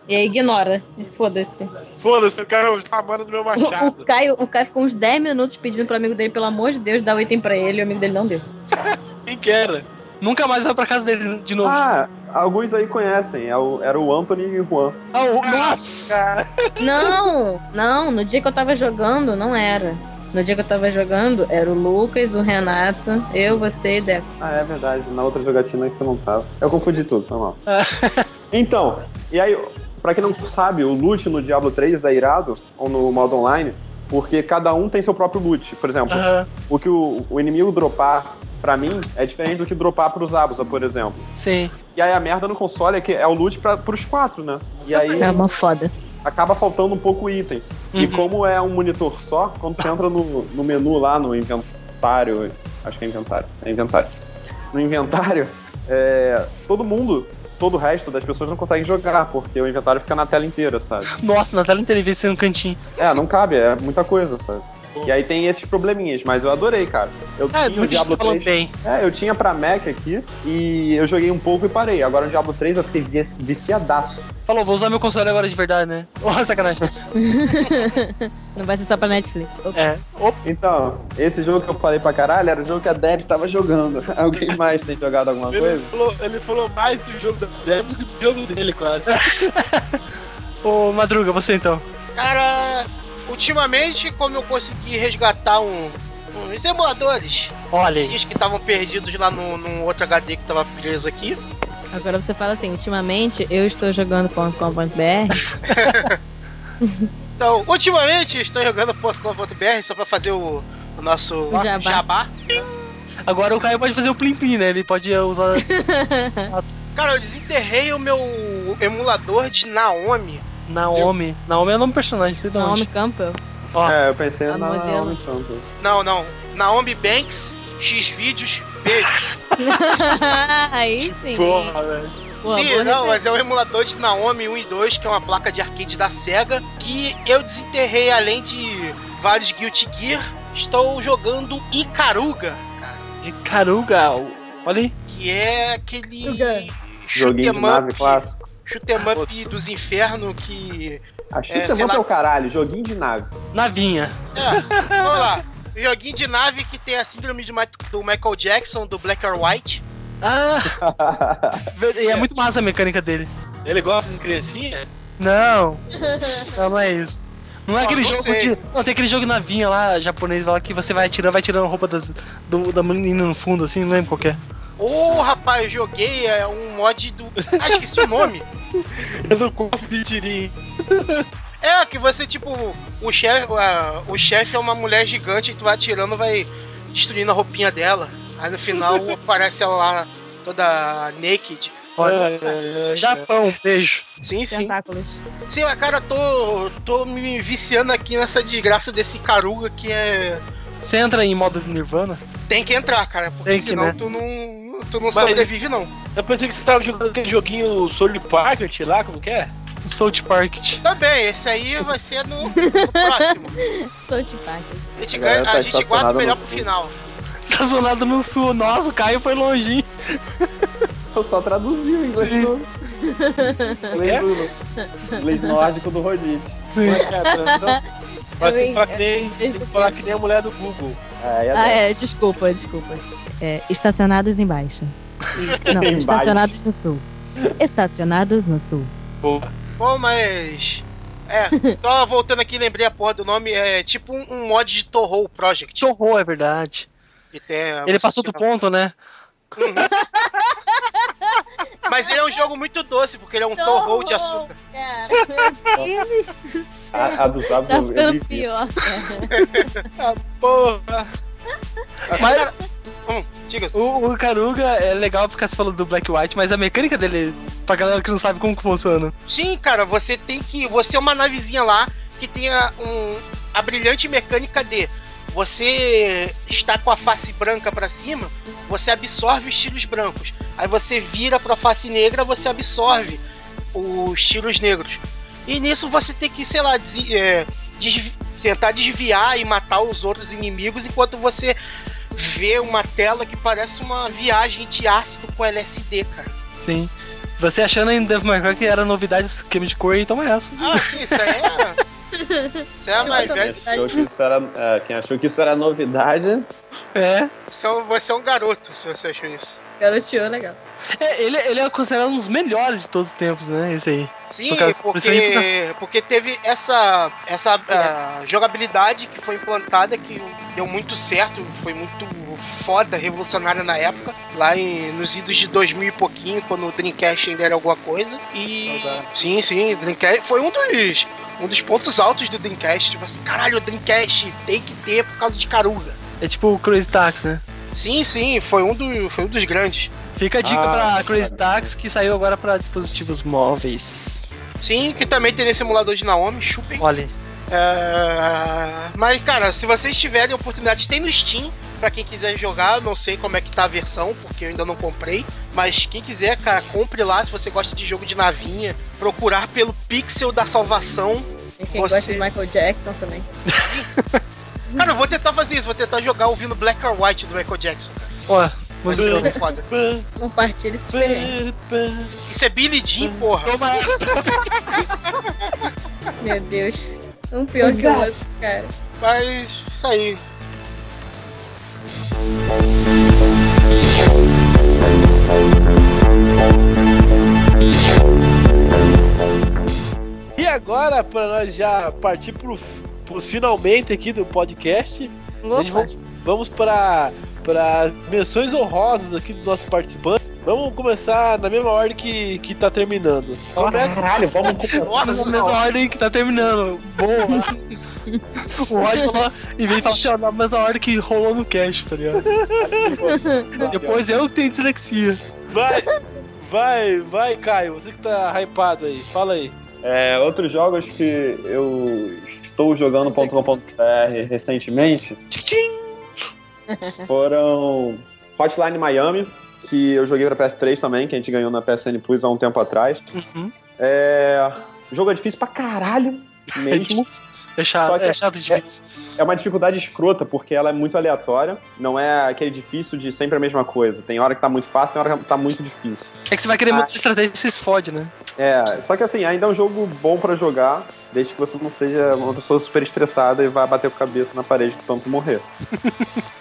Speaker 6: E aí ignora. Foda-se.
Speaker 2: Foda-se, eu quero usar a mana do meu
Speaker 6: O,
Speaker 2: machado.
Speaker 6: o Caio, o Caio ficou uns 10 minutos pedindo pro amigo dele, pelo amor de Deus, dar o item pra ele, e o amigo dele não deu.
Speaker 2: Quem que era?
Speaker 3: Nunca mais vai pra casa dele de novo.
Speaker 5: Ah, alguns aí conhecem. é o- Era o Anthony e o Juan.
Speaker 3: Ah, o- nossa!
Speaker 6: Não, não, no dia que eu tava jogando, não era. No dia que eu tava jogando, era o Lucas, o Renato, eu, você e Deco.
Speaker 5: Ah, é verdade. Na outra jogatina que você não tava. Eu confundi tudo, foi mal. então, e aí, pra quem não sabe, o loot no Diablo 3 é irado, ou no modo online, porque cada um tem seu próprio loot. Por exemplo,
Speaker 3: Aham,
Speaker 5: o que o, o inimigo dropar pra mim é diferente do que dropar pros Abusa, por exemplo.
Speaker 3: sim.
Speaker 5: E aí a merda no console é que é o loot pra, pros quatro, né? E aí.
Speaker 6: É uma foda.
Speaker 5: acaba faltando um pouco item. E
Speaker 3: Uhum.
Speaker 5: como é um monitor só, quando você entra no, no menu lá no inventário, acho que é inventário, é inventário. No inventário, é, todo mundo, todo o resto das pessoas não consegue jogar, porque o inventário fica na tela inteira, sabe?
Speaker 3: Nossa, na tela inteira vê se no cantinho.
Speaker 5: É, não cabe, é muita coisa, sabe? E aí tem esses probleminhas, mas eu adorei, cara. Eu
Speaker 3: É,
Speaker 5: tinha o
Speaker 3: muito
Speaker 5: Diablo
Speaker 3: falando
Speaker 5: 3.
Speaker 3: bem.
Speaker 5: É, eu tinha pra Mac aqui e eu joguei um pouco e parei. Agora o Diablo 3 eu fiquei vici- viciadaço.
Speaker 3: Falou, vou usar meu console agora de verdade, né? Ó, sacanagem.
Speaker 6: Não vai ser só pra Netflix. Opa.
Speaker 3: É. Opa,
Speaker 5: Então, esse jogo que eu falei pra caralho era o jogo que a Deb tava jogando. Alguém mais tem jogado alguma
Speaker 2: Ele
Speaker 5: coisa?
Speaker 2: falou, ele falou mais do jogo da Debs do que do jogo dele, quase.
Speaker 3: ô Madruga, você então.
Speaker 4: Cara, ultimamente, como eu consegui resgatar um, uns emuladores
Speaker 3: Olha aí.
Speaker 4: diz que estavam perdidos lá no, num outro HD que tava preso aqui.
Speaker 6: Agora você fala assim, ultimamente eu estou jogando .com.br.
Speaker 4: Então, ultimamente, estou jogando .com.br só pra fazer o, o nosso
Speaker 6: O jabá.
Speaker 3: Agora o Caio pode fazer o Plim Plim, né? Ele pode usar.
Speaker 4: Cara, eu desenterrei o meu emulador de Naomi.
Speaker 3: Naomi. Naomi é o nome do personagem, sei de
Speaker 6: Naomi
Speaker 3: onde.
Speaker 6: Campbell.
Speaker 5: É, eu pensei
Speaker 6: A
Speaker 5: na
Speaker 6: modelo.
Speaker 5: Naomi Campbell.
Speaker 4: Não, não. Naomi Banks, X vídeos, beijo.
Speaker 6: Aí sim.
Speaker 2: Porra, velho.
Speaker 6: Porra,
Speaker 4: Sim, não,
Speaker 6: boa referência.
Speaker 4: mas é um emulador de Naomi 1 e 2, que é uma placa de arcade da SEGA, que eu desenterrei além de vários Guilty Gear Estou jogando Icaruga, cara,
Speaker 3: E Caruga, olha aí.
Speaker 4: que é aquele
Speaker 6: Icaruga.
Speaker 5: Joguinho de
Speaker 4: shoot'em
Speaker 5: nave
Speaker 4: up,
Speaker 5: clássico.
Speaker 4: shoot'em up dos infernos que.
Speaker 5: A
Speaker 4: É,
Speaker 5: chute
Speaker 4: sei
Speaker 5: é,
Speaker 4: lá.
Speaker 5: é o caralho, joguinho de nave.
Speaker 3: Navinha.
Speaker 4: É, vamos lá. Joguinho de nave que tem a síndrome de Ma- do Michael Jackson, do Black or White.
Speaker 3: Ah, ver- e é muito massa a mecânica dele.
Speaker 2: Ele gosta de criancinha?
Speaker 3: Não. Não, não é isso. Não é
Speaker 4: Pô,
Speaker 3: aquele
Speaker 4: não
Speaker 3: jogo
Speaker 4: sei.
Speaker 3: de. Não, tem aquele jogo navinha lá, japonês lá, que você vai atirando, vai tirando a roupa das, do- da menina no fundo, assim, não lembro qual que é.
Speaker 4: Ô, rapaz, eu joguei é, um mod do. Ah, esqueci o nome.
Speaker 2: Eu não gosto de tirinho.
Speaker 4: É, que você, tipo, o chefe a- o chefe é uma mulher gigante e tu vai atirando vai destruindo a roupinha dela. Aí no final aparece ela lá toda naked.
Speaker 2: É,
Speaker 3: Olha, é, Japão, beijo.
Speaker 4: Sim, sim.
Speaker 7: Tentáculos.
Speaker 4: Sim, mas cara, eu tô, tô me viciando aqui nessa desgraça desse caruga que é.
Speaker 3: Você entra em modo Nirvana?
Speaker 4: Tem que entrar, cara, porque
Speaker 3: Tem que,
Speaker 4: senão
Speaker 3: né?
Speaker 4: tu não, tu não
Speaker 2: Mas-
Speaker 4: sobrevive, não.
Speaker 2: Eu pensei que você tava jogando aquele joguinho Soul Parker, sei lá, como que é?
Speaker 3: South Park.
Speaker 4: Tá bem, esse aí vai ser no, no próximo.
Speaker 6: Sou de parte.
Speaker 4: A gente,
Speaker 5: Galera,
Speaker 4: ganha- a
Speaker 5: tá
Speaker 4: gente guarda o
Speaker 5: estacionado
Speaker 4: melhor
Speaker 5: no
Speaker 4: pro
Speaker 5: sul.
Speaker 4: final.
Speaker 3: Estacionado Tá no sul. Nossa, o Caio foi longe. hein?
Speaker 5: Eu só traduzi o inglês do. inglês, do... inglês nórdico do Rodrigo.
Speaker 3: Sim.
Speaker 2: é
Speaker 5: Mas, cara, então-
Speaker 2: Mas tem que
Speaker 6: Eu-
Speaker 2: falar que nem, tem que falar que nem a mulher do Google.
Speaker 5: É, é
Speaker 6: Ah, é, desculpa, desculpa. É, estacionados embaixo. Não,
Speaker 5: Embaixo.
Speaker 6: estacionados no sul. Estacionados no sul.
Speaker 2: Boa.
Speaker 4: Bom, mas. É, só voltando aqui, lembrei a porra do nome. É tipo um, um mod de Torro Project.
Speaker 3: Que horror, é verdade.
Speaker 4: Que tem,
Speaker 3: Ele passou do ponto, né?
Speaker 4: Mas ele é um jogo muito doce, porque ele é um Torro de açúcar.
Speaker 6: Cara, meu Deus,
Speaker 5: A, a dos
Speaker 6: tá
Speaker 5: hábitos eu
Speaker 6: ficando
Speaker 5: vivi.
Speaker 6: pior.
Speaker 2: Porra!
Speaker 3: Mas
Speaker 4: Diga se
Speaker 3: o, o Caruga é legal porque você falou do Black White, mas a mecânica dele, pra galera que não sabe como que funciona.
Speaker 4: Sim, cara, você tem que. Você é uma navezinha lá que tem a, um, a brilhante mecânica de. Você está com a face branca pra cima, você absorve os tiros brancos. Aí você vira pra face negra, você absorve os tiros negros. E nisso você tem que, sei lá, desi- é, desvi- tentar desviar e matar os outros inimigos enquanto você vê uma tela que parece uma viagem de ácido com LSD, cara.
Speaker 3: Sim. Você achando em Devil May Cry que era novidade esse esquema de cor, então é essa.
Speaker 4: Ah, sim, isso aí é. Isso aí é mais
Speaker 6: Eu
Speaker 4: velho.
Speaker 5: Quem achou que isso era, é, quem achou que isso era novidade,
Speaker 3: É.
Speaker 4: Você é um- você é um garoto, se você achou isso.
Speaker 6: Garoteou, legal.
Speaker 3: É, ele, ele é considerado um dos melhores de todos os tempos, né? Esse aí.
Speaker 4: Sim,
Speaker 3: Por causa- por isso aí, por
Speaker 4: porque, porque teve essa, essa ah, jogabilidade que foi implantada, que deu muito certo, foi muito foda, revolucionária na época, lá em, nos idos de 2000 e pouquinho, quando o Dreamcast ainda era alguma coisa. E sim, sim, o Dreamcast foi um dos, um dos pontos altos do Dreamcast. Tipo assim, caralho, o Dreamcast tem que ter por causa de Caruga.
Speaker 3: É tipo o Crazy Taxi, né?
Speaker 4: Sim, sim, foi um, do, foi um dos grandes.
Speaker 3: Fica a dica
Speaker 5: Ah,
Speaker 3: pra Crazy
Speaker 5: cara.
Speaker 3: Taxi que saiu agora pra dispositivos móveis.
Speaker 4: Sim, que também tem nesse emulador de Naomi, chupem.
Speaker 3: Olha. aí.
Speaker 4: É, mas, cara, se vocês tiverem oportunidade, tem no Steam, pra quem quiser jogar. Não sei como é que tá a versão, porque eu ainda não comprei. Mas quem quiser, cara, compre lá se você gosta de jogo de navinha. Procurar pelo Pixel da Salvação.
Speaker 6: E quem
Speaker 4: Você-
Speaker 6: gosta de Michael Jackson também.
Speaker 4: Cara, eu vou tentar fazer isso, vou tentar jogar ouvindo Black or White do Michael Jackson. cara.
Speaker 3: Ó,
Speaker 4: Vai ser
Speaker 3: música.
Speaker 4: muito foda.
Speaker 6: Compartilha esse experiência.
Speaker 4: Isso é Billy Jean, porra.
Speaker 3: Toma essa.
Speaker 6: Meu Deus. Um pior que o outro, cara.
Speaker 4: Mas, isso aí.
Speaker 2: E agora, pra nós já partir pro, pros finalmente aqui do podcast, a gente
Speaker 6: Opa.
Speaker 2: vamos, vamos para para menções honrosas aqui dos nossos participantes. Vamos começar na mesma ordem que, que tá terminando. Começa
Speaker 5: Caralho, vamos
Speaker 2: tá-
Speaker 5: começar.
Speaker 4: Nossa,
Speaker 3: Nossa, mesma ordem que tá terminando. Boa. o Rod falou, em vez de falar assim, ó, na mesma ordem que rolou no cast, tá ligado? Depois eu que tenho dislexia.
Speaker 2: Vai, vai, vai, Caio. Você que tá hypado aí, fala aí.
Speaker 5: É, outros jogos que eu estou jogando .com.br recentemente foram Hotline Miami, que eu joguei pra PS3 também, que a gente ganhou na PSN Plus há um tempo atrás.
Speaker 3: Uhum.
Speaker 5: É, o jogo é difícil pra caralho mesmo.
Speaker 3: É chato,
Speaker 5: Só que-
Speaker 3: é chato difícil.
Speaker 5: É uma dificuldade escrota, porque ela é muito aleatória. Não é aquele difícil de sempre a mesma coisa. Tem hora que tá muito fácil, tem hora que tá muito difícil.
Speaker 3: É que você vai querer
Speaker 5: Ah.
Speaker 3: muita estratégia e você se fode, né?
Speaker 5: É, só que assim, ainda é um jogo bom pra jogar, desde que você não seja uma pessoa super estressada e vá bater com a cabeça na parede de tanto morrer.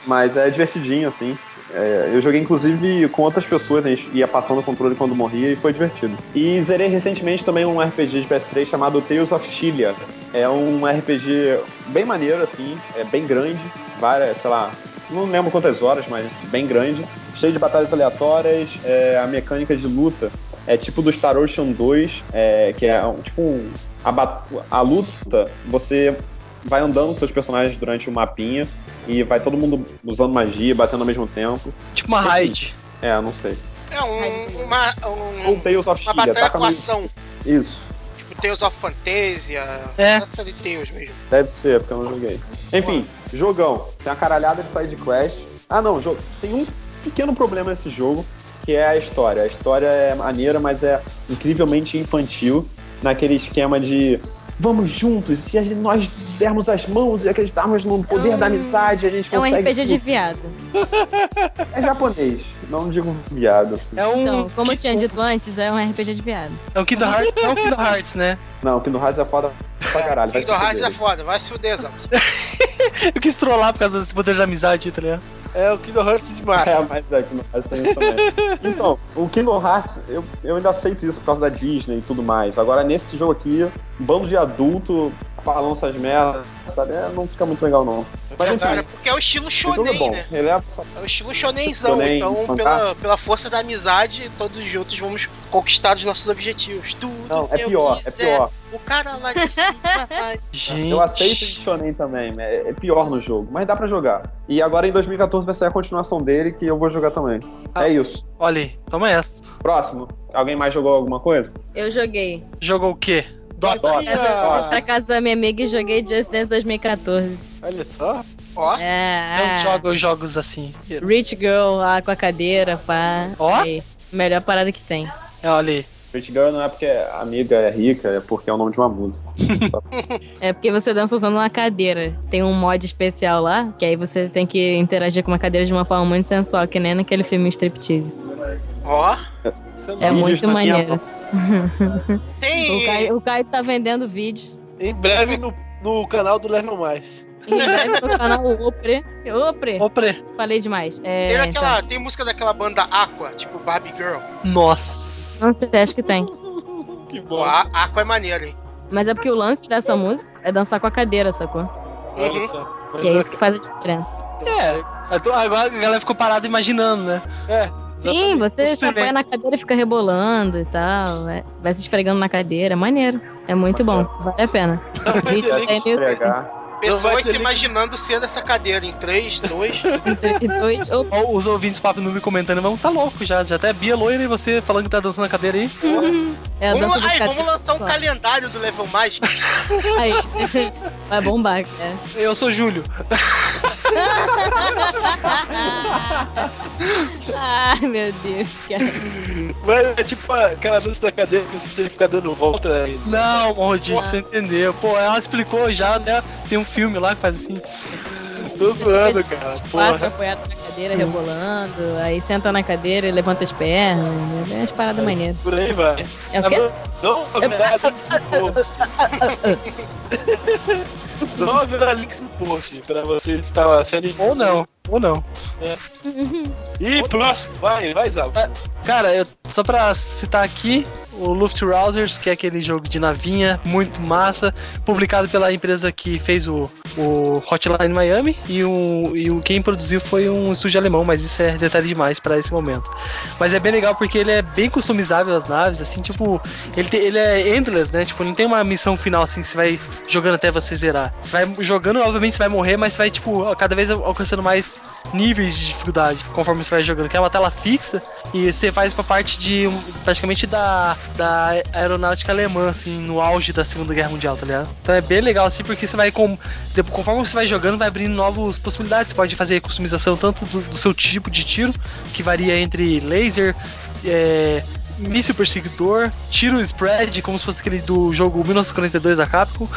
Speaker 5: Mas é divertidinho, assim. É, eu joguei inclusive com outras pessoas, a gente ia passando o controle quando morria e foi divertido. E zerei recentemente também um RPG de PS3 chamado Tales of Chilia. É um RPG bem maneiro, assim, é bem grande, várias, sei lá, não lembro quantas horas, mas bem grande. Cheio de batalhas aleatórias, é, a mecânica de luta é tipo do Star Ocean 2, é, que é um- tipo um, a, ba- a luta, você vai andando com seus personagens durante o mapinha e vai todo mundo usando magia, batendo ao mesmo tempo.
Speaker 3: Tipo uma raid.
Speaker 5: É, não sei.
Speaker 4: É um, uma, um-
Speaker 5: Ou Tales of tá
Speaker 4: uma
Speaker 5: Chilia,
Speaker 4: batalha
Speaker 5: taca
Speaker 4: com
Speaker 5: no...
Speaker 4: ação.
Speaker 5: Isso,
Speaker 4: Tipo Tales of Fantasia.
Speaker 3: É.
Speaker 4: Essa de Tales mesmo.
Speaker 5: deve ser, porque eu não joguei. Enfim, jogão. Tem uma caralhada de side quest. Ah não, jogo. Tem um pequeno problema nesse jogo, que é a história. A história é maneira, mas é incrivelmente infantil, naquele esquema de vamos juntos, se a gente- nós dermos as mãos e acreditarmos no poder
Speaker 6: É um-
Speaker 5: da amizade, a gente
Speaker 6: É um
Speaker 5: consegue.
Speaker 6: RPG de
Speaker 5: tudo."
Speaker 6: viado.
Speaker 5: É japonês, não digo viado. Assim.
Speaker 3: É um.
Speaker 6: Então, como eu tinha dito antes, é um RPG de viado.
Speaker 3: É um Kingdom Hearts, é um Kingdom Hearts, né?
Speaker 5: Não, Kingdom Hearts é foda pra caralho. vai se
Speaker 4: Kingdom Hearts
Speaker 5: fuder. É
Speaker 4: é foda, vai se fuder, Zaps.
Speaker 3: Eu quis trollar por causa desse poder de amizade, tá ligado?
Speaker 2: É o Kingdom Hearts demais.
Speaker 5: É, mas é, Kingdom Hearts tem isso também. Então, o Kingdom Hearts, eu, eu ainda aceito isso por causa da Disney e tudo mais. Agora, nesse jogo aqui, um bando de adulto falando essas merdas, sabe? É, não fica muito legal, não. Mas, enfim,
Speaker 4: Cara, porque é o estilo
Speaker 5: o jogo é
Speaker 4: shonen,
Speaker 5: bom.
Speaker 4: né?
Speaker 5: Ele é
Speaker 4: É o estilo shonenzão.
Speaker 5: Shonen,
Speaker 4: então, pela,
Speaker 5: fantástico.
Speaker 4: pela força da amizade, todos juntos vamos conquistar os nossos objetivos. Tudo
Speaker 5: não, é
Speaker 4: que eu
Speaker 5: pior, é
Speaker 4: quiser.
Speaker 5: pior.
Speaker 4: O cara lá de cima vai.
Speaker 3: Gente.
Speaker 5: Eu aceito o Shonen também, é, é pior no jogo, mas dá pra jogar. E agora em 2014 vai sair a continuação dele, que eu vou jogar também.
Speaker 4: Ah.
Speaker 5: É isso.
Speaker 3: Olha aí, toma essa.
Speaker 5: Próximo. Alguém mais jogou alguma coisa?
Speaker 6: Eu joguei.
Speaker 3: Jogou o quê? Dota.
Speaker 5: Dota.
Speaker 6: Essa,
Speaker 2: Ah.
Speaker 6: pra casa da minha amiga e joguei Just Dance 2014.
Speaker 2: Olha só.
Speaker 4: Ó,
Speaker 6: É.
Speaker 3: Não
Speaker 6: ah,
Speaker 3: joga jogos assim.
Speaker 6: Rich Girl lá com a cadeira, pá.
Speaker 3: Ó.
Speaker 6: Aí, Melhor parada que tem.
Speaker 3: É, olha aí.
Speaker 5: Pretty Girl não é porque a amiga é rica, é porque é o nome de uma música. Só
Speaker 6: É porque você dança usando uma cadeira. Tem um mod especial lá, que aí você tem que interagir com uma cadeira de uma forma muito sensual, que nem naquele filme Striptease.
Speaker 4: ó.
Speaker 2: Você não-
Speaker 6: É
Speaker 5: Vídeos
Speaker 6: muito
Speaker 5: na minha
Speaker 6: maneiro. O
Speaker 4: Tem.
Speaker 6: Caio, o Caio tá vendendo vídeos.
Speaker 2: Em breve no, no canal do Level Mais.
Speaker 6: Em breve no canal Opre. Opre,
Speaker 3: Opre.
Speaker 6: falei demais.
Speaker 4: Tem,
Speaker 6: É,
Speaker 4: daquela, tem música daquela banda Aqua, tipo Barbie Girl.
Speaker 3: Nossa.
Speaker 6: não sei, acho que tem.
Speaker 2: Que
Speaker 4: Pô,
Speaker 2: bom.
Speaker 4: a Aqua é maneiro, hein?
Speaker 6: Mas é porque o lance dessa música é dançar com a cadeira, sacou?
Speaker 2: Olha só. Mas
Speaker 6: Que é
Speaker 2: eu-
Speaker 6: isso que faz a diferença.
Speaker 3: É. Agora a galera ficou parada imaginando, né?
Speaker 6: Sim, você
Speaker 3: O
Speaker 6: se apoia na
Speaker 3: silêncio.
Speaker 6: cadeira e fica rebolando e tal. é- Vai se esfregando na cadeira. É maneiro. É muito bom. Vale a pena. O vídeo
Speaker 4: é
Speaker 5: quero
Speaker 6: tem
Speaker 5: te
Speaker 6: no YouTube.
Speaker 5: entregar.
Speaker 2: vai
Speaker 4: Uhum. Pessoas
Speaker 2: ter
Speaker 4: se
Speaker 2: link.
Speaker 4: imaginando ser dessa cadeira em 3, 2.
Speaker 6: Entre dois ou
Speaker 3: Ó, Os ouvintes do Papo Noob comentando, vamos tá louco já. Já até a Bia loira e você falando que tá dançando na cadeira aí.
Speaker 6: é a dança
Speaker 4: Vamos,
Speaker 6: dos
Speaker 4: ai,
Speaker 6: cabelos.
Speaker 4: vamos lançar um
Speaker 6: Claro.
Speaker 4: calendário do Level Mais.
Speaker 6: Aí. Vai bombar, cara.
Speaker 3: Eu sou Júlio.
Speaker 6: Ai, meu Deus, cara.
Speaker 2: Mas é tipo aquela dança da cadeira que você tem que ficar dando volta. né?
Speaker 3: Não, Maldito, você entendeu. Pô, ela explicou já, né? Tem um filme lá que faz assim.
Speaker 2: Tô zoando, cara.
Speaker 6: Quatro
Speaker 2: Porra.
Speaker 6: apoiados na cadeira, rebolando. Aí senta na cadeira e levanta as pernas. É umas paradas maneiras.
Speaker 2: Por aí vai.
Speaker 6: É
Speaker 4: Tá
Speaker 6: o quê?
Speaker 2: Não haverá links no é post. Não haverá links no post pra você tá estar se animando.
Speaker 3: Ou não, ou não.
Speaker 2: E próximo, vai, vai, Zal.
Speaker 3: Cara, eu, só pra citar aqui, o Luftrausers, que é aquele jogo de navinha muito massa, publicado pela empresa que fez o, o Hotline Miami, e, o, e o, quem produziu foi um estúdio alemão, mas isso é detalhe demais pra esse momento. Mas é bem legal porque ele é bem customizável as naves, assim, tipo, ele, tem- ele é endless, né? Tipo, não tem uma missão final assim que você vai jogando até você zerar. Você vai jogando, obviamente você vai morrer, mas você vai, tipo, cada vez alcançando mais níveis de dificuldade conforme você vai jogando, que é uma tela fixa. E você faz pra parte de um- praticamente da, da aeronáutica alemã, assim, no auge da Segunda Guerra Mundial, tá ligado? Então é bem legal, assim, porque você vai. Com, de- conforme você vai jogando, vai abrindo novas possibilidades. Você pode fazer customização tanto do, do seu tipo de tiro, que varia entre laser, é, míssil perseguidor, tiro spread, como se fosse aquele do jogo 1942 da Capcom,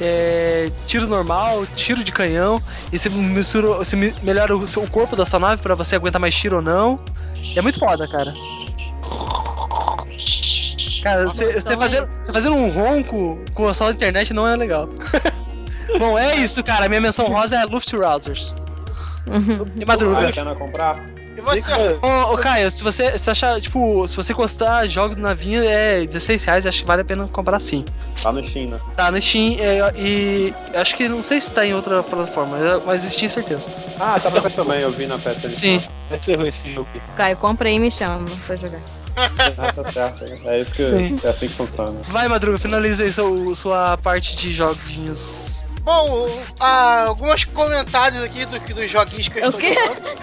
Speaker 3: é, tiro normal, tiro de canhão, e você, mistura, você me- melhora o, seu- o corpo da sua nave pra você aguentar mais tiro ou não. É muito foda, cara. Cara, você você fazendo, você fazendo um ronco com a sua internet não é legal. Bom, é isso, cara. Minha menção rosa é Luftrausers. E
Speaker 5: Vale
Speaker 3: madruga.
Speaker 5: a pena comprar?
Speaker 4: E você?
Speaker 3: Ô, ô Caio, se você se achar, tipo, se você gostar, jogo do navinho é 16 reais, acho que vale a pena comprar sim.
Speaker 5: Tá no China.
Speaker 3: Tá, no Steam é, e acho que não sei se tá em outra plataforma, mas- mas Steam certeza.
Speaker 5: Ah, tá pra cá também, eu vi na festa ali.
Speaker 3: Sim.
Speaker 2: Vai ser ruim esse jogo.
Speaker 6: Caio, compra aí e me chama pra jogar.
Speaker 5: Ah, tá certo. É isso que é assim que funciona.
Speaker 3: Vai, Madruga, finaliza aí seu- sua parte de joguinhos.
Speaker 4: Bom, ah, alguns comentários aqui do, dos joguinhos que eu
Speaker 6: O
Speaker 4: estou
Speaker 6: quê?
Speaker 4: jogando.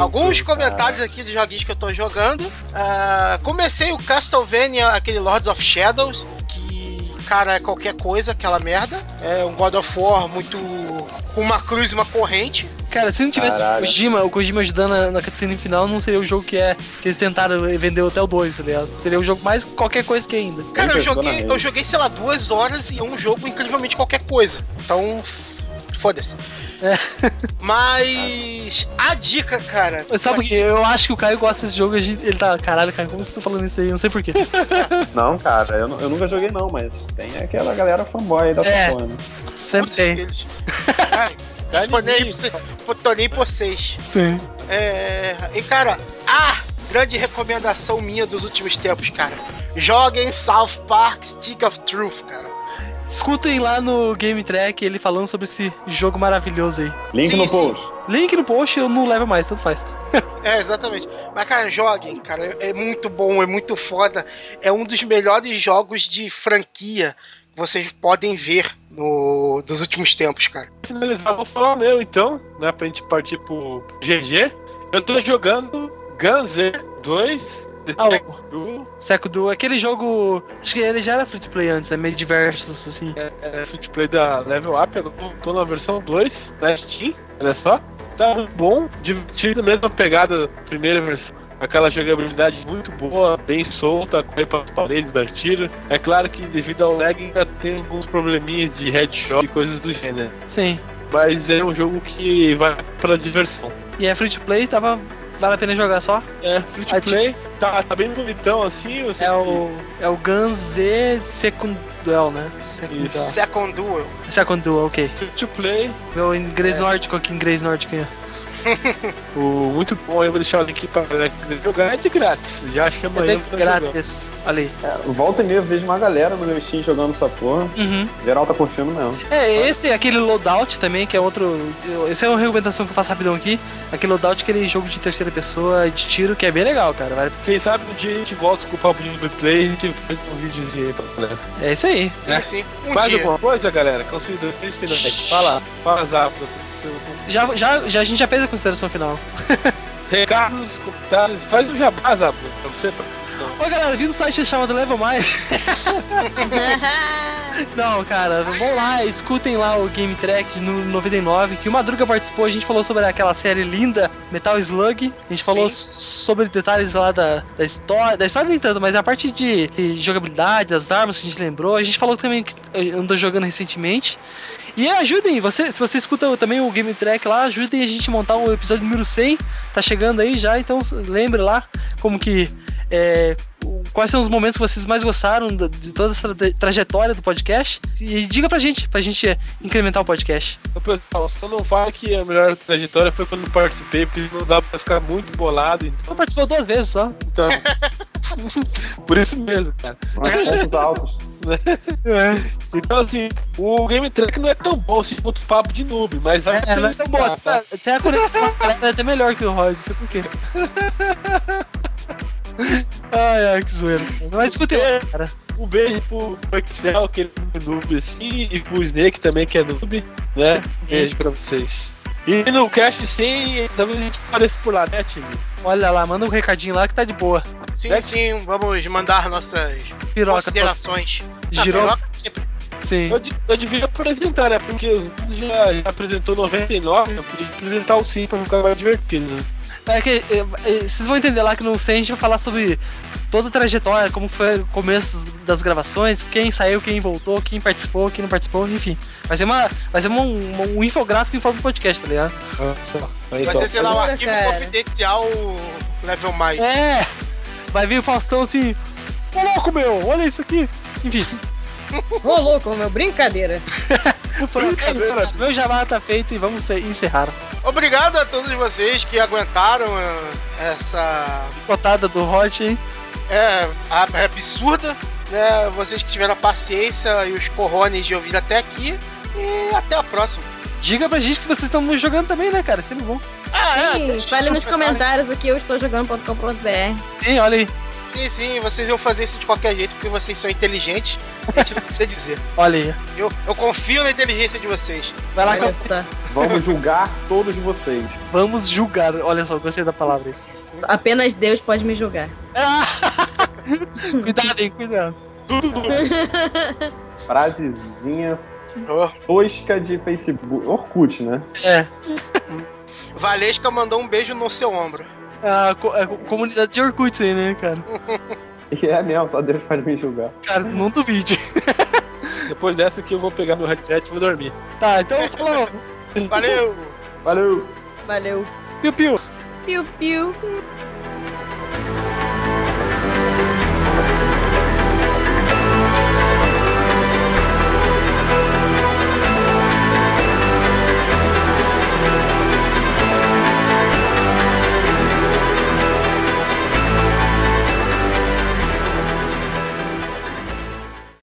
Speaker 4: Alguns comentários aqui dos joguinhos que eu tô jogando. Ah, comecei o Castlevania, aquele Lords of Shadows, que, cara, é qualquer coisa, aquela merda. É um God of War muito. com uma cruz e uma corrente.
Speaker 3: Cara, se não tivesse o
Speaker 5: Caralho.
Speaker 3: Kojima, o Kojima ajudando na, na cutscene final, não seria o jogo que é que eles tentaram vender até o 2, tá ligado? Seria o jogo mais qualquer coisa que é ainda.
Speaker 4: Cara, eu
Speaker 5: Ele pegou
Speaker 4: joguei,
Speaker 5: na
Speaker 4: eu
Speaker 5: rede.
Speaker 4: joguei, sei lá, duas horas e é um jogo incrivelmente qualquer coisa. Então, foda-se.
Speaker 3: É.
Speaker 4: Mas. A dica, cara.
Speaker 3: Sabe o que? Eu acho que o Caio gosta desse jogo, a gente- ele tá, caralho, Caio, como você tá falando isso aí? Eu não sei porquê.
Speaker 5: Não, cara, eu, nu- eu nunca joguei não, mas tem aquela galera fanboy da
Speaker 3: É.
Speaker 5: Sony.
Speaker 3: Sempre tem.
Speaker 4: Eles- Ai, tô nem aí pra você- tô nem pra vocês.
Speaker 3: Sim.
Speaker 4: É, E cara, a grande recomendação minha dos últimos tempos, cara. Joguem South Park Stick of Truth, cara.
Speaker 3: Escutem lá no Game Track ele falando sobre esse jogo maravilhoso aí.
Speaker 5: Link
Speaker 4: Sim,
Speaker 5: no
Speaker 4: sim.
Speaker 5: post.
Speaker 3: Link no post, eu não levo mais, tanto faz.
Speaker 4: É, exatamente. Mas, cara, joguem, cara. É muito bom, é muito foda. É um dos melhores jogos de franquia que vocês podem ver no, dos últimos tempos, cara.
Speaker 2: finalizar, eu vou falar o meu então, né? Pra gente partir pro GG. Eu tô jogando Guns 2. The
Speaker 3: Ah,
Speaker 2: Tech
Speaker 3: o
Speaker 2: Crew,
Speaker 3: Seco do. Aquele jogo. Acho que ele já era free to play antes, né? Meio diversos, assim.
Speaker 2: é, free to play da Level Up, eu tô- tô na versão 2 da Steam, olha só. Tá muito bom, divertido, mesma pegada da primeira versão. Aquela jogabilidade muito boa, bem solta, correr pelas paredes, dar tiro. É claro que devido ao lag ainda tem alguns probleminhas de headshot e coisas do gênero.
Speaker 3: Sim.
Speaker 2: Mas é um jogo que vai pra diversão.
Speaker 3: E é free to play, tava. Vale a pena jogar só.
Speaker 2: É, free
Speaker 3: Ah,
Speaker 2: to play, tá, tá bem bonitão assim, você
Speaker 3: É o. É o Gun Z Second Duel, né? Second
Speaker 2: Isso.
Speaker 3: Duel.
Speaker 4: Second Duel.
Speaker 3: Second Duel, ok.
Speaker 2: free to play,
Speaker 3: Meu inglês
Speaker 2: É.
Speaker 3: nórdico aqui, inglês nórdico aí.
Speaker 2: o, muito bom, eu vou deixar o link pra galera que quiser jogar, é de grátis, já chama
Speaker 3: É
Speaker 2: ele pra jogar.
Speaker 3: grátis. Olha aí.
Speaker 5: É, volta e meia eu vejo uma galera no meu Steam jogando essa porra.
Speaker 3: Uhum.
Speaker 5: Geral tá curtindo mesmo.
Speaker 3: É, esse, aquele loadout também, que é outro. eu- Essa é uma recomendação que eu faço rapidão aqui. Aquele loadout, aquele jogo de terceira pessoa, de tiro, que é bem legal, cara. Vale-
Speaker 2: Quem sabe um dia a gente volta com o papo de gameplay e a gente faz um videozinho aí pra galera.
Speaker 3: É isso aí.
Speaker 2: É.
Speaker 4: Sim, sim. Um
Speaker 2: faz
Speaker 4: dia.
Speaker 2: alguma coisa, galera? Consigo dois, três finais. Fala, fala zap, seu-
Speaker 3: Já, já, já, a gente já fez a consideração final.
Speaker 2: recados, comentários, faz um jabá, zap, pra você. Pra...
Speaker 3: Ô galera, viu no site chamado Level Mais? Não, cara, vão lá, escutem lá o Game Track no 99, que o Madruga participou, a gente falou sobre aquela série linda, Metal Slug, a gente falou sobre detalhes lá da, da história, da história nem tanto, mas a parte de, de jogabilidade, das armas que a gente lembrou, a gente falou também que eh, andou jogando recentemente. E ajudem, você, se você escuta também o Game Track lá, ajudem a gente a montar o episódio número 100, tá chegando aí já, então lembre lá como que é, o- quais são os momentos que vocês mais gostaram da- de toda essa tra- trajetória do podcast e diga pra gente, pra gente é, incrementar o podcast.
Speaker 2: Ô, Pessoal, só não fala que a melhor trajetória foi quando eu participei, porque não dá pra ficar muito bolado,
Speaker 3: Você
Speaker 2: então.
Speaker 3: participou duas vezes só.
Speaker 2: então... Por isso mesmo, cara.
Speaker 5: Mas pontos altos.
Speaker 3: É.
Speaker 2: Então, assim, o Game Track não é tão bom se for outro papo de noob, mas vai
Speaker 3: É,
Speaker 2: ser.
Speaker 3: mas tá bom, tá- até a conexão é até melhor que o Rod, não sei por quê. Ai, ai, que zoeira. Mas escutei, cara.
Speaker 2: Um beijo pro pro Excel, que ele é noob assim, e pro Snake também, que é noob, né? Beijo pra vocês. E no Cast 100, talvez a gente apareça por lá, né, time?
Speaker 3: Olha lá, manda um recadinho lá que tá de boa.
Speaker 4: Sim, sim. Vamos mandar nossas
Speaker 3: Piroca,
Speaker 4: considerações. Ah,
Speaker 3: girou,
Speaker 4: piroca sempre.
Speaker 3: sim.
Speaker 2: Eu, de- eu devia apresentar, né? Porque o Dudu já, já apresentou 99, eu podia apresentar o 100 pra ficar mais divertido. né?
Speaker 3: É que, é, é, vocês vão entender lá que no 100 a gente vai falar sobre toda a trajetória, como foi o começo das gravações, quem saiu, quem voltou, quem participou, quem não participou, enfim. Vai ser, uma, vai ser uma- uma- um infográfico em forma de podcast, tá ligado?
Speaker 4: Vai
Speaker 6: Então,
Speaker 5: então,
Speaker 4: ser, sei lá, um
Speaker 6: Jura,
Speaker 4: arquivo
Speaker 6: cara?
Speaker 4: confidencial level mais.
Speaker 3: É! Vai vir o Faustão assim. Ô louco meu, olha isso aqui! Enfim,
Speaker 6: Ô, louco, meu, brincadeira.
Speaker 3: pronto, meu jabá tá feito e vamos se- encerrar.
Speaker 4: Obrigado a todos vocês que aguentaram eh, essa
Speaker 3: Cotada do Hot, hein?
Speaker 4: é, a- é absurda, né? Vocês que tiveram a paciência e os corrones de ouvir até aqui. E até a próxima.
Speaker 3: Diga pra gente que vocês estão jogando também, né, cara? Sempre bom.
Speaker 4: Ah,
Speaker 6: Sim,
Speaker 4: deixa
Speaker 6: fale
Speaker 4: um
Speaker 6: nos comentários o que eu estou jogando.com.br.
Speaker 3: Sim, olha aí.
Speaker 4: Sim, sim, vocês iam fazer isso de qualquer jeito porque vocês são inteligentes. A gente não precisa dizer.
Speaker 3: Olha aí.
Speaker 4: Eu, eu confio na inteligência de vocês.
Speaker 3: Vai lá,
Speaker 6: Olha
Speaker 3: Cal-
Speaker 6: só.
Speaker 5: Vamos julgar todos vocês.
Speaker 3: vamos julgar. Olha só, gostei da palavra. aí.
Speaker 6: Apenas Deus pode me julgar.
Speaker 3: Ah! cuidado, hein, cuidado.
Speaker 5: Frasezinha
Speaker 4: Ó,
Speaker 5: tosca de Facebook. Orkut, né?
Speaker 3: É.
Speaker 4: Valesca mandou um beijo no seu ombro.
Speaker 3: A, co- a co- comunidade de Orkut isso aí, né, cara?
Speaker 5: E é mesmo, só Deus pode me julgar.
Speaker 3: Cara, não duvide.
Speaker 2: Depois dessa aqui eu vou pegar meu headset e vou dormir.
Speaker 3: Tá, então falou.
Speaker 4: Valeu!
Speaker 5: Valeu!
Speaker 6: Valeu.
Speaker 3: Piu, piu.
Speaker 6: Piu, piu.